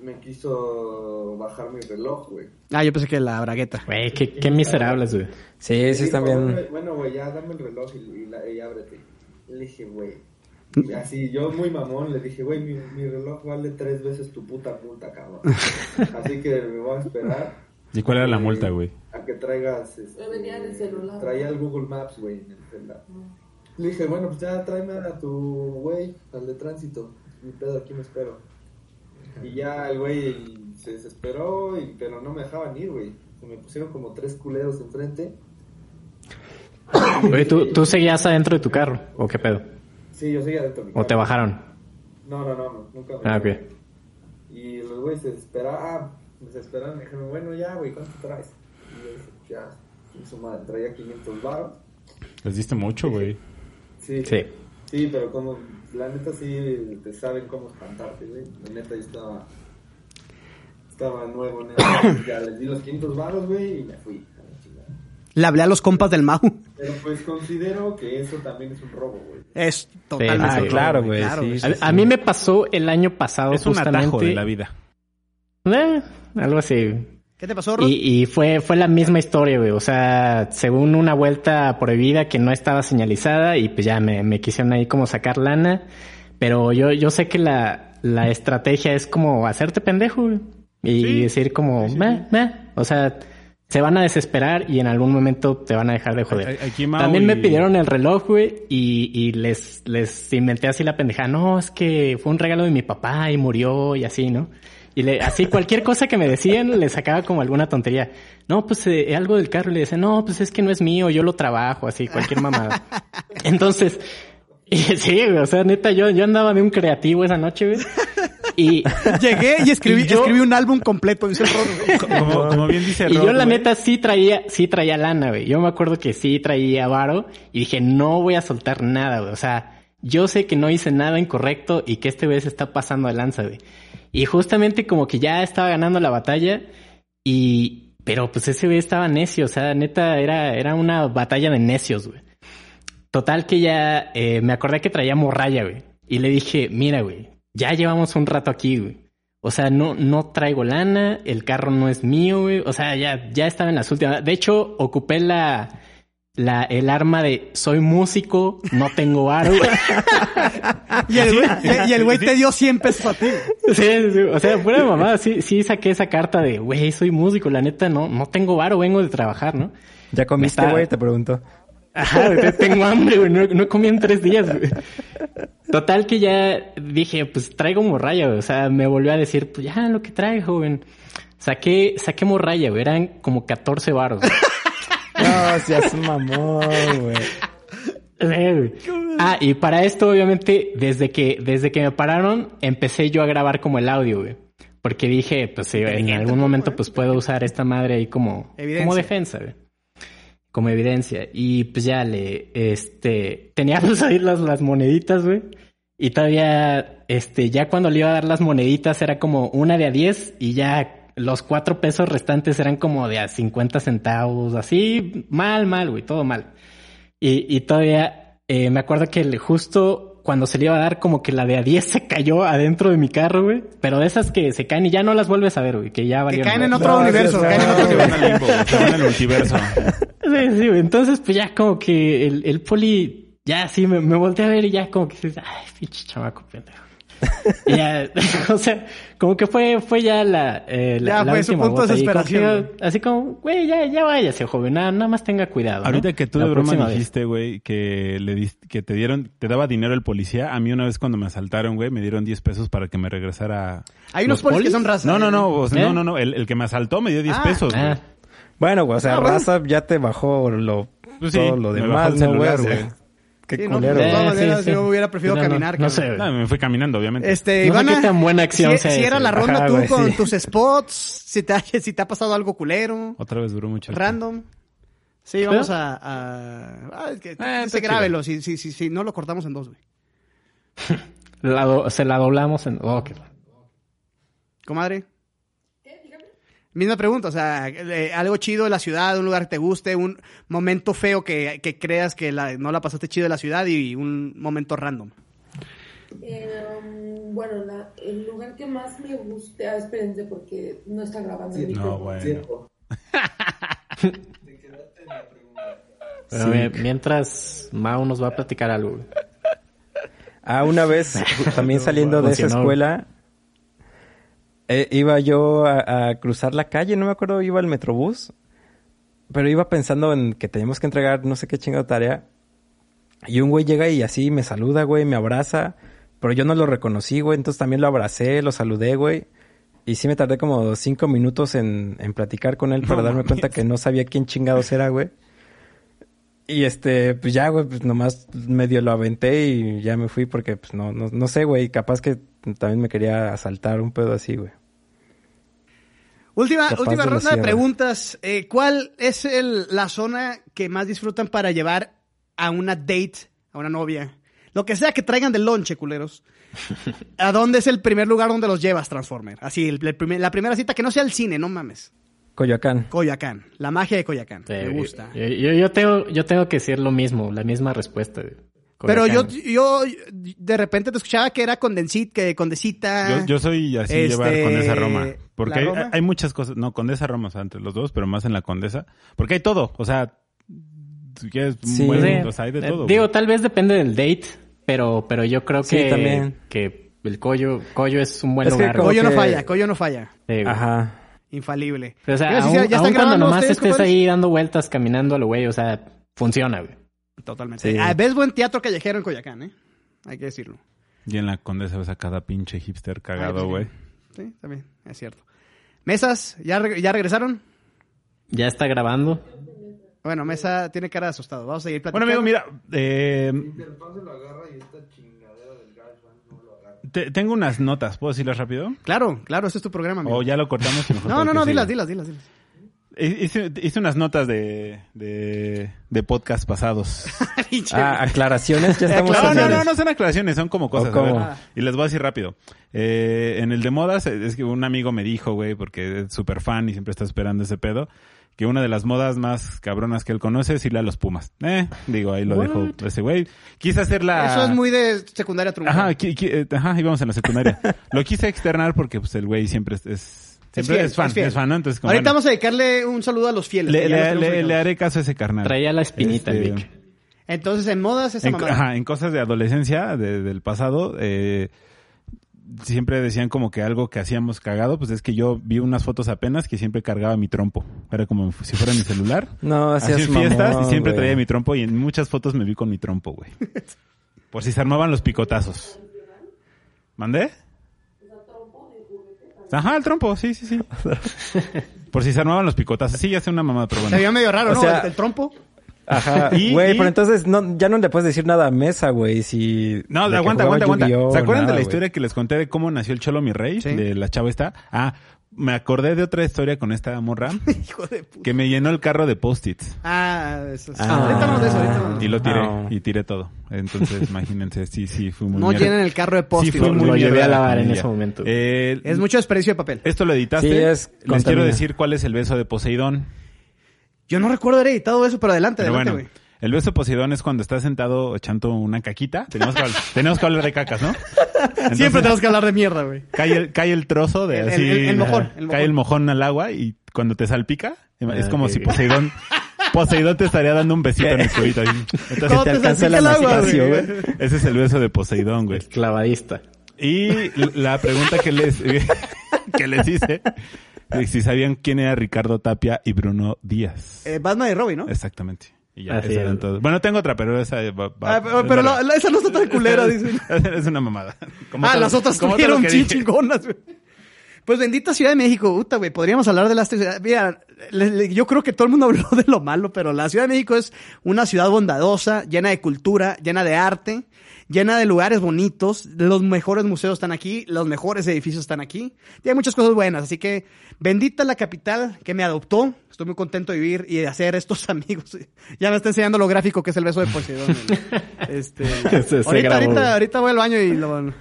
G: me quiso bajar mi reloj, güey.
A: Ah, yo pensé que la bragueta.
C: Güey, qué, qué miserables, güey.
D: Sí,
G: Y
D: sí, están
G: dijo,
D: bien.
G: "Bueno, Bueno, güey, ya dame el reloj y, y la- y ábrete. Y le dije, güey. Así, yo muy mamón, le dije, güey, mi, mi reloj vale tres veces tu puta multa, cabrón. Así que me voy a esperar.
B: ¿Y cuál era la
G: Eh,
B: multa, güey?
G: A que traigas. este,
E: Yo venía en el celular. Ah.
G: Traía el Google Maps, güey, en el celular. Le dije, bueno, pues ya tráeme a tu güey, al de tránsito. Mi pedo, aquí me espero. Y ya el güey se desesperó, y, pero no me dejaban ir, güey. Se me pusieron como tres culeros enfrente.
C: Oye, ¿tú, tú seguías adentro de tu carro? ¿O qué pedo?
G: Sí, yo seguía adentro. de mi
C: ¿O te
G: carro.
C: bajaron?
G: No, no, no, no, nunca me
C: Ah, ok.
G: Y los güeyes se desesperaron, ah, me desesperaron, me dijeron, bueno, ya, güey, ¿cuánto traes? Y yo dije, ya, y su madre, traía 500 baros.
B: Les diste mucho, güey.
G: Sí.
C: Sí.
G: Sí, pero como, la neta sí te saben cómo espantarte, güey. La neta yo estaba, estaba nuevo, neta. ya les di los 500 baros, güey, y me fui. a la chingada.
A: Le hablé a los compas del Mau.
G: Pero pues considero que eso también es un robo, güey.
A: Es totalmente.
C: ah,
A: otro
D: claro,
A: rollo,
D: güey, sí, sí,
C: A, a mí me pasó el año pasado
B: Es un
C: justamente...
B: atajo de la vida.
C: Eh, algo así.
A: ¿Qué te pasó, Rod?
C: Y, y fue, fue la misma historia, güey. O sea, según una vuelta prohibida que no estaba señalizada y pues ya me, me quisieron ahí como sacar lana. Pero yo, yo sé que la, la estrategia es como hacerte pendejo güey. y
B: Sí.
C: decir como, meh, meh. O sea, se van a desesperar y en algún momento te van a dejar de joder.
B: A- a- aquí Mau
C: También me
B: y-
C: pidieron el reloj, güey, y, y les, les inventé así la pendejada. No, es que fue un regalo de mi papá y murió y así, ¿no? Y le, así cualquier cosa que me decían le sacaba como alguna tontería. No, pues eh, algo del carro y le decía, no, pues es que no es mío, yo lo trabajo, así, cualquier mamada. Entonces, y sí, güey, o sea, neta, yo, yo andaba de un creativo esa noche, güey. Y,
A: Llegué y escribí,
C: Y yo-
A: escribí un álbum completo. dice Rod, güey.
B: Como, como bien dice
C: y yo
B: Rod,
C: la
B: güey,
C: neta sí traía, sí traía lana, güey. Yo me acuerdo que sí traía varo y dije, no voy a soltar nada, güey. O sea, yo sé que no hice nada incorrecto y que este güey se está pasando de lanza, güey. Y justamente como que ya estaba ganando la batalla y... Pero pues ese güey estaba necio, o sea, neta, era, era una batalla de necios, güey. Total que ya eh, me acordé que traía morralla, güey. Y le dije, mira, güey, ya llevamos un rato aquí, güey. O sea, no, no traigo lana, el carro no es mío, güey. O sea, ya, ya estaba en las últimas. De hecho, ocupé la, la, el arma de soy músico, no tengo aro.
A: Y el güey- y- y el güey te dio 100 pesos a ti.
C: Sí, sí, o sea, fuera de mamada, sí, sí saqué esa carta de, güey, soy músico, la neta, no, no tengo varo, vengo de trabajar, ¿no?
D: ¿Ya comiste,
C: Está-
D: güey? Te pregunto.
C: Ajá, te- tengo hambre, güey. No, no comí en tres días, güey. Total que ya dije, pues traigo morralla, güey. O sea, me volvió a decir, pues ya lo que trae, joven. Saqué, saqué morralla, güey. Eran como 14 varos. güey.
D: No, seas mamón, güey.
C: Eh, güey. ah, y para esto, obviamente, desde que, desde que me pararon, empecé yo a grabar como el audio, güey. Porque dije, pues sí, en algún momento, pues puedo usar esta madre ahí como,
A: Evidencia.
C: como defensa, güey. Como evidencia. Y pues ya le, este, teníamos ahí las, las moneditas, güey. Y todavía, este, ya cuando le iba a dar las moneditas era como una de a 10 y ya los cuatro pesos restantes eran como de a 50 centavos, así, mal, mal, güey, todo mal. Y, y todavía eh, me acuerdo que el- justo cuando se le iba a dar, como que la de a 10 se cayó adentro de mi carro, güey. Pero de esas que se caen y ya no las vuelves a ver, güey, que ya
A: Que
C: valieron.
A: caen en
C: madre.
A: otro
D: No,
A: universo.
D: sí,
A: caen en
D: no,
A: otro
B: se
D: güey.
A: universo.
B: van al limbo, se van al multiverso.
C: Sí, sí, güey. Entonces, pues ya como que el, el poli, ya sí, me, me volteé a ver y ya como que dices, ay, pinche chamaco pendejo. Y ya, o sea, como que fue, fue ya la, eh, la,
A: Ya
C: la
A: fue su
C: última
A: punto de
C: gota. Y como que
A: desesperación,
C: yo- así como, güey, ya, ya váyase, joven, nada, nada más tenga cuidado. ¿no?
B: Ahorita que tú
C: La
B: de broma
C: próxima vez.
B: dijiste, güey, que le dis- que te dieron, te daba dinero el policía. A mí una vez cuando me asaltaron, güey, me dieron 10 pesos para que me regresara.
A: Hay unos
C: ¿Los
A: polis que
C: polis?
A: son raza.
B: No, no, no, o sea,
C: ¿Eh?
B: no, no, no. El, el que me asaltó me dio 10
A: Ah.
B: pesos, güey.
C: Ah,
D: Bueno, güey, o sea,
A: Ah, bueno.
D: Raza ya te bajó lo,
B: Pues sí,
D: todo lo
B: me
D: demás,
B: bajó el
D: ¿no, güey?
B: celular,
D: O sea,
B: güey.
D: Qué
A: Sí, no, pues,
D: culero,
A: de
D: güey.
A: todas maneras, yo hubiera preferido
C: No, no,
A: caminar,
C: No,
A: cabrón.
C: sé, güey.
B: No, me fui caminando, obviamente.
A: Este,
C: No sé
A: Ivana,
C: qué tan buena acción
A: si, e-,
C: sea
A: si
C: esa,
A: era la
D: güey.
A: ronda
D: Ajá,
A: tú
D: güey,
A: con
D: sí.
A: tus spots, si te, ha- si te ha pasado algo culero,
B: Otra vez duró mucho.
A: random. Sí, vamos a... a- ah, es
C: Eh,
A: que-
B: está
A: se grábelo, si, si, si, si no lo cortamos en dos, güey.
C: La do- se la doblamos en... oh, qué-
A: Comadre. Misma pregunta, o sea, eh, algo chido de la ciudad, un lugar que te guste, un momento feo que, que creas que la- no la pasaste chido de la ciudad y un momento random.
H: Eh, um, bueno, la- el lugar que más me gusta, ah, espérense porque no está grabando el
G: Sí,
H: micrófono.
B: No, bueno.
G: Tiempo. Te quedaste en la pregunta.
C: Pero mira, mientras Mao nos va a platicar algo. güey.
D: Ah, una vez, también saliendo de esa
C: Emocionado.
D: escuela, eh, iba yo a, a cruzar la calle, no me acuerdo, iba al metrobús, pero iba pensando en que teníamos que entregar no sé qué chingada tarea. Y un güey llega y así me saluda, güey, me abraza, pero yo no lo reconocí, güey, entonces también lo abracé, lo saludé, güey. Y sí me tardé como cinco minutos en, en platicar con él para darme cuenta que no sabía quién chingados era, güey. Y este, pues ya, güey, pues nomás medio lo aventé y ya me fui porque, pues no, no, no sé, güey, capaz que también me quería asaltar un pedo así, güey.
A: Última,
D: Capaz
A: última
D: de la
A: ronda de
D: sierra.
A: preguntas. Eh, ¿Cuál es el- la zona que más disfrutan para llevar a una date, a una novia? Lo que sea que traigan de lonche, culeros. ¿A dónde es el primer lugar donde los llevas, Transformer? Así, el- el primer- la primera cita que no sea el cine, no mames.
D: Coyoacán.
A: Coyacán. La magia de Coyacán. Me
C: Eh,
A: gusta.
C: Yo, yo- yo tengo, yo tengo que decir lo mismo, la misma respuesta. güey.
A: Pero yo,
C: Coyoacán.
A: yo de repente te escuchaba que era condensita, que condesita.
B: Yo, yo soy así
A: Este,
B: llevar Condesa Roma. Porque
A: ¿la
B: hay,
A: Roma?
B: hay muchas cosas. No, Condesa Roma, o sea, entre los dos, pero más en la Condesa. Porque hay todo. O sea, tú quieres un
D: Sí.
B: buen-
C: Sí.
B: o sea, hay de
C: Eh,
B: todo.
C: Digo,
B: güey.
C: tal vez depende del date. pero, pero yo creo
D: Sí,
C: que,
D: también.
C: que el Coyo, Coyo es un buen
D: Es que
C: lugar.
D: como
C: güey.
A: Coyo no
D: que-
A: falla, Coyo no falla.
C: Sí, güey.
D: Ajá.
A: Infalible.
C: O sea,
A: Mira, si
C: aún,
A: ya- ya
C: aún
A: están
C: cuando
A: grabando
C: nomás
A: ustedes,
C: estés
A: compadres.
C: ahí dando vueltas, caminando a lo güey, o sea, funciona, güey.
A: Totalmente.
D: Sí.
A: Ah, ves buen teatro callejero en Coyacán, ¿eh? Hay que decirlo.
B: Y en la condesa ves a cada pinche hipster
A: Ay, pues
B: cagado, güey.
A: sí. Sí, también, es cierto. Mesas, ¿ya, reg- ya regresaron?
C: Ya está grabando.
A: Bueno, Mesa tiene cara de asustado. Vamos a seguir
B: Bueno,
A: platicando.
B: amigo, mira, eh,
G: Interfaz se lo agarra y esta chingadera del GarageBand no lo agarra.
B: te- tengo unas notas. ¿Puedo decirlas rápido?
A: Claro, claro, este es tu programa, amigo.
B: O Oh, ya lo cortamos. y mejor
A: no,
B: para
A: no,
B: que
A: no,
B: siga.
A: dilas, dilas, dilas, dilas.
B: Hice, hice unas notas de, de, de podcast pasados.
A: Pinche-
D: Ah, aclaraciones. Ya estamos
B: No,
D: en
B: no,
D: el-
B: no, no son aclaraciones, son como cosas.
D: ¿O cómo?
B: a ver. Ah. Y les voy a decir rápido. Eh, en el de modas, eh, es que un amigo me dijo, güey, porque es súper fan y siempre está esperando ese pedo, que una de las modas más cabronas que él conoce es irle a los Pumas. Eh, digo, ahí lo dejo ese güey. Quise hacerla...
A: Eso es muy de secundaria trunca.
B: Ah, Ajá, qui- qui- eh, ajá, íbamos en la secundaria. lo quise externar porque pues el güey siempre es... es- Siempre es,
A: fiel,
B: fan, es,
A: fiel.
B: fan, ¿no? Entonces, como,
A: Ahorita
B: bueno,
A: vamos a dedicarle un saludo a los fieles.
B: le,
A: que ya
B: le-
A: los tenemos
B: le- le
A: ubicados.
B: haré caso a ese carnal.
C: Traía la espinita,
B: Ah, Este,
C: Vic.
A: Entonces, en modas, esa
B: en, co-
A: mamada.
B: ajá, en cosas de adolescencia, de- del pasado, eh, siempre decían como que algo que hacíamos cagado, pues es que yo vi unas fotos apenas que siempre cargaba mi trompo. Era como si fuera mi celular.
D: No,
B: Así
D: hacías
B: en fiestas
D: mamón,
B: y siempre
D: güey.
B: traía mi trompo y en muchas fotos me vi con mi trompo, güey. Por si se armaban los picotazos. ¿Mandé? Ajá, el trompo, sí, sí, sí. Por si se armaban los picotazos. Sí, ya sé una mamada, pero
A: Se
B: bueno.
A: vio medio raro,
D: O
A: ¿no?
D: sea-
A: el, el trompo.
D: Ajá.
B: Y-
D: Güey,
B: y-
D: pero entonces no, ya no le puedes decir nada a Mesa, güey. Si.
B: No,
D: de que
B: aguanta, aguanta,
D: jugaba
B: aguanta.
D: Yu-Gi-Oh,
B: ¿Se acuerdan de
D: nada,
B: la
D: güey.
B: historia que les conté de cómo nació el Cholo Mi Rey?
A: Sí.
B: De la chava esta. Ah, me acordé de otra historia con esta morra
A: Hijo de puta.
B: que me llenó el carro de post-its.
A: Ah, eso sí.
D: Ah.
A: Ahorita hablamos de eso, ahorita hablamos de
B: Y
A: eso.
B: lo tiré,
D: No.
B: y tiré todo. Entonces, imagínense, sí, sí, fue muy
A: No
B: mierda.
A: llenen el carro de post
B: Sí, fue
C: Lo-
B: muy
C: lo llevé
B: mierda
C: a
B: la
C: lavar en
B: familia.
C: ese momento.
B: Eh,
A: Es mucho desperdicio de papel.
B: Esto lo editaste.
D: Sí,
B: les
D: es
B: quiero
D: contamina.
B: decir cuál es el beso de Poseidón.
A: Yo no recuerdo haber editado eso, pero adelante,
B: Pero
A: adelante,
B: bueno,
A: güey.
B: el beso de Poseidón es cuando estás sentado echando una caquita. Tenemos que, hablar, tenemos que hablar de cacas, ¿no? Entonces,
A: Siempre tenemos que hablar de mierda, güey.
B: cae el, cae el trozo de
A: El-
B: así,
A: el- el mojón, el mojón.
B: cae el mojón al agua y cuando te salpica es
C: Ah,
B: como
C: ok.
B: si Poseidón Poseidón te estaría dando un besito en el cubito ahí. Entonces,
A: ¿Cómo
D: te
A: te
D: alcanza
A: salpica el
D: la
A: agua,
D: masitación,
A: güey?
D: güey?
B: ese es el beso de Poseidón, güey.
C: Clavadista.
B: Y la pregunta que les que les hice de si sabían quién era Ricardo Tapia y Bruno Díaz.
A: Eh, Batman y Robin, ¿no?
B: Exactamente. Y ya,
C: Así
B: esas eran
C: es.
B: todas. Bueno, tengo otra, pero esa va- va-
A: Ah, pero pero la- la- esa no está tan culera, dicen.
B: es una mamada. Como
A: ah,
B: todo-
A: las otras
B: como todo
A: tuvieron
B: lo que dije.
A: chingonas, güey. Pues bendita Ciudad de México, puta, güey. Podríamos hablar de las tres ciudades. Mira, le- le- yo creo que todo el mundo habló de lo malo, pero la Ciudad de México es una ciudad bondadosa, llena de cultura, llena de arte, llena de lugares bonitos. Los mejores museos están aquí, los mejores edificios están aquí. Y hay muchas cosas buenas. Así que bendita la capital que me adoptó. Estoy muy contento de vivir y de hacer estos amigos. Ya me está enseñando lo gráfico que es el beso de Poseidón. güey. este,
C: se
A: ahorita,
C: grabó,
A: ahorita,
C: güey.
A: ahorita voy al baño y lo...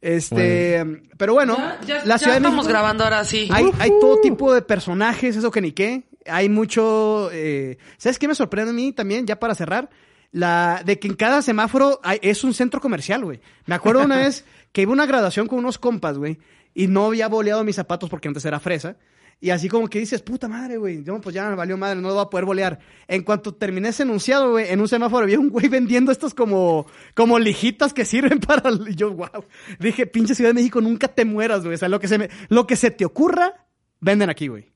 A: Este, pero bueno,
E: Ya, ya-
A: la
E: ya
A: ciudad de
E: estamos
A: México-
E: grabando ahora sí.
A: Hay, hay todo tipo de personajes, eso que ni qué. Hay mucho. eh, ¿Sabes qué me sorprende a mí también? Ya para cerrar, la de que en cada semáforo hay- es un centro comercial, güey. Me acuerdo una vez que iba a una graduación con unos compas, güey, y no había boleado mis zapatos porque antes era fresa. Y así como que dices, puta madre, güey, yo pues ya me valió madre, no lo voy a poder bolear. En cuanto terminé ese enunciado, güey, en un semáforo había un güey vendiendo estas como, como lijitas que sirven para... el- y Yo, wow. Dije, pinche Ciudad de México, nunca te mueras, güey. O sea, lo que se, me- lo que se te ocurra, venden aquí, güey.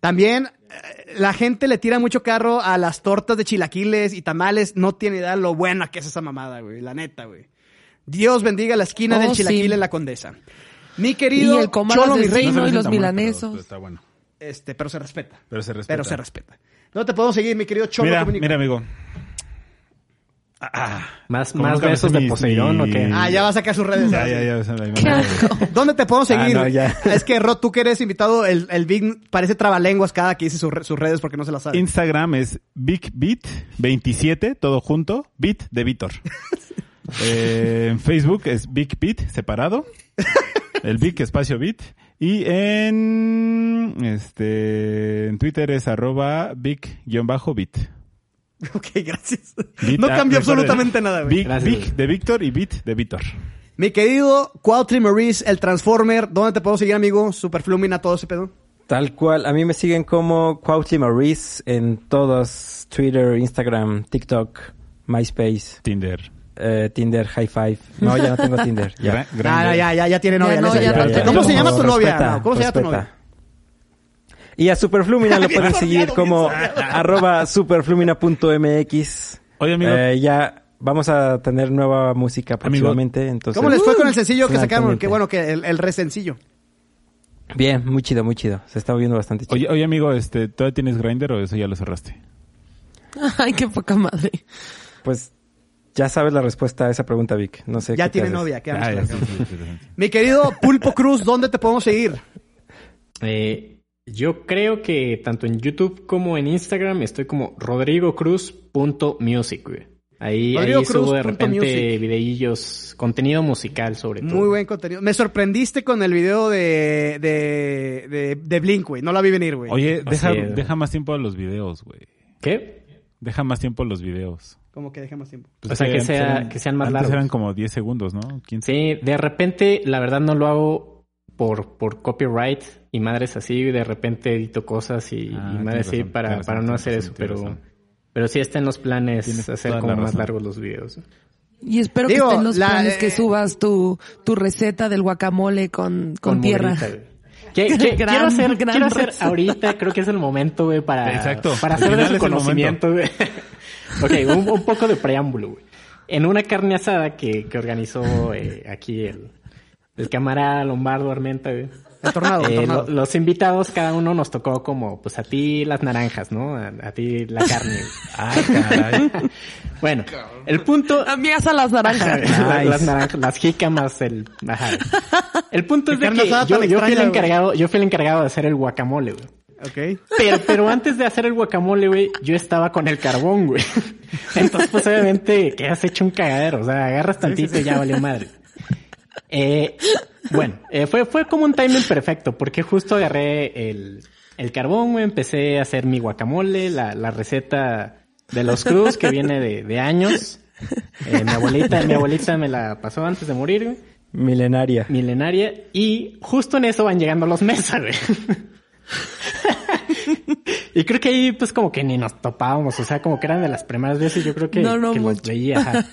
A: También eh, la gente le tira mucho carro a las tortas de chilaquiles y tamales. No tiene idea lo buena que es esa mamada, güey. La neta, güey. Dios bendiga la esquina
E: Oh,
A: del
E: sí.
A: chilaquil en la condesa. Mi
E: y
A: querido
E: el comal
A: Cholo, mi rey.
E: asesino
B: No
E: y
B: se me hace
E: los
B: tan bueno, pero-
E: milanesos.
B: pero está bueno.
A: Este, pero se respeta.
B: Pero se respeta.
A: Pero se respeta. No te puedo seguir, mi querido Cholo.
B: mira,
A: Comunica.
B: mira, amigo. Ah, ah.
C: Más,
B: Como
C: más
B: nunca me
C: besos
B: sé
C: de
B: mis-
C: Poseidón o qué.
B: mis-
A: Ah, ya va a sacar sus redes.
B: Ya,
A: ahora
B: ya,
A: sí.
B: ya, esa es la
E: Qué
B: mamada,
E: asco.
A: ¿Dónde te podemos seguir?
D: Ah, no, ya.
A: Es que, Rod, tú que eres invitado, el, el Big parece trabalenguas cada que dice sus re- sus redes porque no se las
B: güey.
A: sabe.
B: Instagram es BigBeat27, todo junto, Bit de Víctor. Eh, en Facebook es BigBeat, separado. El Big espacio Bit. Y en, este, en Twitter es arroba Big-Bit.
A: ok, gracias.
B: Ah,
A: no cambió absolutamente nada, güey.
B: Big,
C: Gracias,
B: Big
C: güey.
B: de Víctor y Bit de Víctor.
A: Mi querido Qualtry Maurice, el Transformer, ¿dónde te puedo seguir, amigo? Superflumina, todo ese pedo.
D: Tal cual. A mí me siguen como Cuauhtli Maurice en todos: Twitter, Instagram, TikTok, MySpace,
B: Tinder.
D: eh, Tinder High Five. No, ya no tengo Tinder. Ya.
B: Gra-
A: Ah,
B: grande.
A: ya, ya, ya tiene
E: Ya
A: novia.
E: no,
A: Alexa.
E: ya no te-
A: ¿Cómo se
D: No,
A: llama tu novia?
D: respeta,
A: Mau? ¿Cómo se llama tu
D: respeta.
A: novia?
D: Y a Superflumina lo
A: Bien
D: pueden seguir
A: sordeado,
D: como
A: bien
D: arroba superflumina.mx.
B: Oye, amigo.
D: Eh, ya vamos a tener nueva música próximamente. Entonces,
A: ¿Cómo les fue con el sencillo que
D: estén al
A: sacaron? Qué
D: pendiente.
A: bueno que el, el re sencillo.
D: Uh. Bien, muy chido, muy chido. Se está viendo bastante chido.
B: Oye, oye, amigo, este, ¿todavía tienes Grinder o eso ya lo cerraste?
E: Ay, qué poca madre.
D: Pues ya sabes la respuesta a esa pregunta, Vic. No sé. qué
A: Ya
D: te
A: tiene
D: haces.
A: novia. quedamos
B: Ah, ya,
A: claros.
B: sí, sí, sí, sí.
A: Mi querido Pulpo Cruz, ¿dónde te podemos seguir?
C: Eh, yo creo que tanto en YouTube como en Instagram estoy como rodrigocruz.music, güey. Ahí, ahí
A: Rodrigo Cruz
C: subo de
A: punto
C: repente
A: music.
C: videillos, contenido musical sobre todo.
A: Muy buen contenido. Me sorprendiste con el video de, de, de, de Blink, güey. No la vi venir, güey.
B: Oye, deja,
C: es.
B: deja más tiempo a los videos, güey.
C: ¿Qué?
B: Deja más tiempo a los videos.
A: Como que dejemos tiempo.
B: Pues
C: O sea, que
B: antes
C: sea- que sean más
B: antes
C: largos.
B: eran como 10 segundos, ¿no? 15.
C: Sí, de repente, la verdad no lo hago por, por copyright y madres así, y de repente edito cosas y,
B: Ah,
C: y
B: tienes
C: madres así
B: razón,
C: para,
B: tienes
C: para
B: razón,
C: no
B: tienes
C: hacer
B: razón,
C: eso, pero,
B: tienes razón.
C: pero sí está en los planes
B: Tienes
C: hacer
B: toda
C: como
B: la
C: más
B: razón.
C: largos los videos.
E: Y espero
A: Digo,
E: que estén los
A: la-
E: planes
A: eh,
E: que subas tu, tu receta del guacamole con, con, tierra.
C: morrita, güey. Que- que-
E: Gran-
C: quiero hacer,
E: gran
C: quiero hacer
E: reto.
C: ahorita, creo que es el momento, güey, para,
B: Exacto.
C: para hacer
B: Al
C: de
B: final
C: su
B: es el
C: conocimiento, güey. ok, un, un poco de preámbulo, güey. En una carne asada que, que organizó eh, aquí el, el camarada Lombardo Armenta, güey.
A: El
E: Oh,
A: tornado, el
C: Eh,
A: tornado.
C: lo- los invitados, cada uno nos tocó como, pues a ti las naranjas, ¿no? A, a ti la carne.
B: Ah, caray.
C: bueno, el punto
E: Amigas a las naranjas.
C: Ajá,
D: Nice.
C: Las naranjas, las jícamas, el... ajá. El punto es de
A: carne
C: que
A: asada
C: yo,
A: tan
C: yo fui el
A: extraña, güey.
C: encargado, yo fui el encargado de hacer el guacamole, güey.
A: Ok.
C: Pero, pero antes de hacer el guacamole, güey, yo estaba con el carbón, güey. Entonces, pues obviamente, que has hecho un cagadero. O sea, agarras tantito y ya valió madre. Eh, bueno, eh, fue, fue como un timing perfecto, porque justo agarré el, el carbón, güey, empecé a hacer mi guacamole, la, la receta de los Cruz, que viene de, de años. Eh, mi abuelita, mi abuelita me la pasó antes de morir, güey
D: Milenaria.
C: milenaria y justo en eso van llegando los mesas, güey. y creo que ahí pues como que ni nos topábamos, o sea, como que eran de las primeras veces yo creo que,
E: No, no
C: que los
E: mucho.
C: veía. ajá.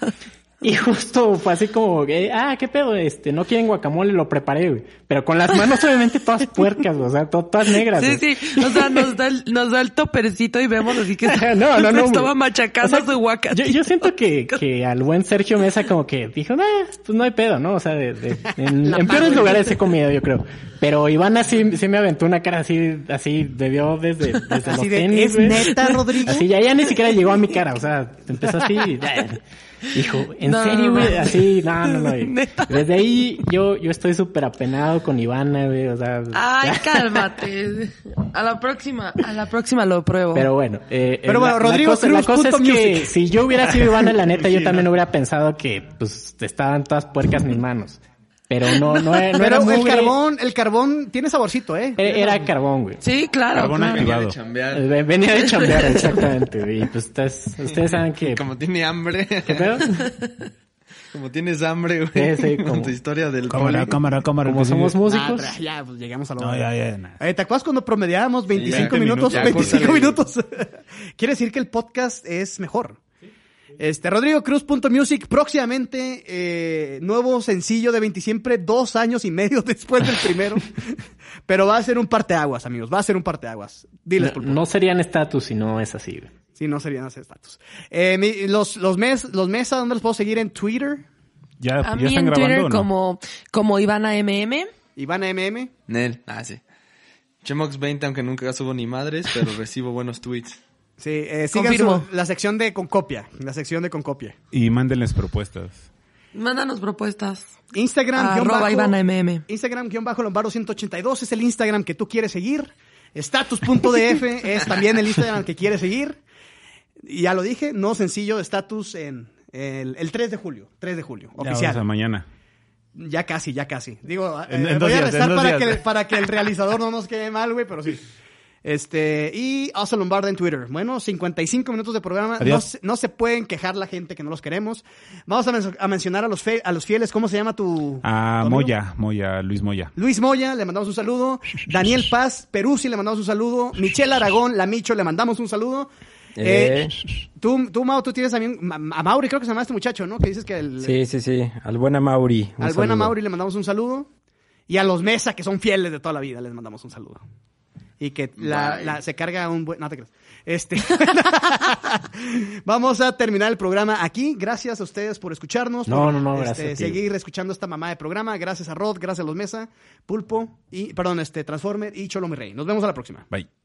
C: Y justo fue así como, que, ah, qué pedo, este, no quieren guacamole, lo preparé, güey. Pero con las manos obviamente todas puercas, güey, o sea, to- todas negras.
E: Sí,
C: güey.
E: sí. O sea, nos da el, nos da el topercito y vemos así que
C: Ajá, no, no, no,
E: estaba
C: güey.
E: machacando
C: O sea,
E: su
C: Yo,
E: guacamole.
C: yo siento que, que al buen Sergio Mesa como que dijo, "Nah, pues no hay pedo, ¿no? O sea, de- de- en, en peores lugares he comido, yo creo. Pero Ivana sí, sí me aventó una cara así, así, debió desde, desde los
A: Así de,
C: tenis,
A: ¿es
C: güey.
A: neta, Rodrigo?
C: Así, ya, ya ni siquiera llegó a mi cara, o sea, empezó así, y, "Ah". dijo, ¿en
E: No,
C: serio,
E: no,
C: güey?
E: no.
C: Así, no, no, no. y
E: Neta.
C: Desde ahí yo, yo estoy súper apenado con Ivana, güey, o sea.
E: Ay,
C: ya.
E: cálmate. A la próxima, a la próxima lo pruebo.
C: Pero bueno, eh,
A: Pero
C: eh,
A: bueno, Rodrigo
C: cosa, la
A: Cruz
C: cosa es
A: punto
C: que
A: music.
C: si yo hubiera sido Ivana, la neta, yo también hubiera pensado que pues estaban todas puercas mis manos. Pero no, no, era- no
A: Pero
C: era
A: el
C: mugre,
A: carbón, el carbón tiene saborcito, ¿eh.
C: era- era carbón, güey.
E: sí, claro.
C: Ah,
B: Carbón
E: claro.
B: activado.
F: chambear.
C: Eh, Venía de chambear, exactamente, güey. Y pues ustedes, ustedes saben que...
F: Como tiene hambre.
C: ¿Qué pedo?
F: Como tienes hambre, güey.
C: Sí, sí, como-
F: Con tu historia del
B: Cámara,
F: poli.
B: cámara, cámara.
C: Como
B: que sí.
C: somos
A: Ah,
C: músicos...
A: tra- ya, pues llegamos a lo
B: No, ya, ya. nada.
A: Eh, ¿Te acuerdas cuando promediábamos 25
F: ya.
A: minutos?
F: Ya,
A: 25
F: córtale.
A: minutos. Quiere decir que el podcast es mejor. Este, RodrigoCruz.music, próximamente, eh, nuevo sencillo de 20 siempre, dos años y medio después del primero. Pero va a ser un parteaguas, amigos, va a ser un parteaguas. Diles,
C: No,
A: por
C: no serían estatus si no es así, güey.
A: Si no serían ese estatus. Eh, mi- los, los, mes, los mesas, ¿dónde los puedo seguir? En Twitter,
B: ¿Ya,
E: A
B: ya
E: mí
B: están
E: en
B: grabando
E: Twitter
B: o no?
E: como, como Ivana MM.
A: Ivana MM.
F: Nel. Ah, sí. Chemox 20, aunque nunca subo ni madres, pero recibo buenos tweets.
A: Sí, eh, sigan
E: Confirmo.
A: su- la sección de Concopia, la sección de Concopia.
B: Y mándenles propuestas.
E: Mándanos propuestas.
A: Instagram, guión
E: Arroba
A: bajo-
E: Ivana MM.
A: Instagram-lombardo182 es el Instagram que tú quieres seguir. Status.df es también el Instagram que quieres seguir. Y ya lo dije, no sencillo, status en el, el 3 de julio. 3 de julio,
B: Ya,
A: oficial.
B: o sea,
A: Ya,
B: mañana.
A: casi, ya casi. Digo,
B: En-
A: eh,
B: en dos
A: voy a
B: días, en
A: restar
B: dos
A: para
B: días.
A: que, para que el realizador no nos quede mal, güey, pero sí. Este, y Osa Lombardo en Twitter. Bueno, 55 minutos de programa. No,
B: Adiós.
A: se- no se pueden quejar la gente que no los queremos. Vamos a, men- a mencionar a los, fe- a los fieles. ¿Cómo se llama tu.
B: A
A: tu amigo?
B: Moya, Moya, Luis Moya.
A: Luis Moya, le mandamos un saludo. Daniel Paz, Peruzzi, le mandamos un saludo. Michelle Aragón, la Micho, le mandamos un saludo. Eh,
D: Eh.
A: tú, tú, Mau, tú tienes también ma- a Mauri, creo que se llama este muchacho, ¿no? Que dices que el,
D: Sí, sí, sí. Al buen Amauri. un
A: al buen
D: saludo.
A: Mauri le mandamos un saludo. Y a los Mesa, que son fieles de toda la vida, les mandamos un saludo. Y que la,
F: Bye.
A: la- se carga un buen... No te creas. Este... Vamos a terminar el programa aquí. Gracias a ustedes por escucharnos.
C: No,
A: por,
C: no, no, gracias
A: este,
C: a ti.
A: Seguir escuchando esta mamá de programa. Gracias a Rod, gracias a los Mesa, Pulpo, y perdón, este Transformer y Cholo Mi Rey. Nos vemos a la próxima.
B: Bye.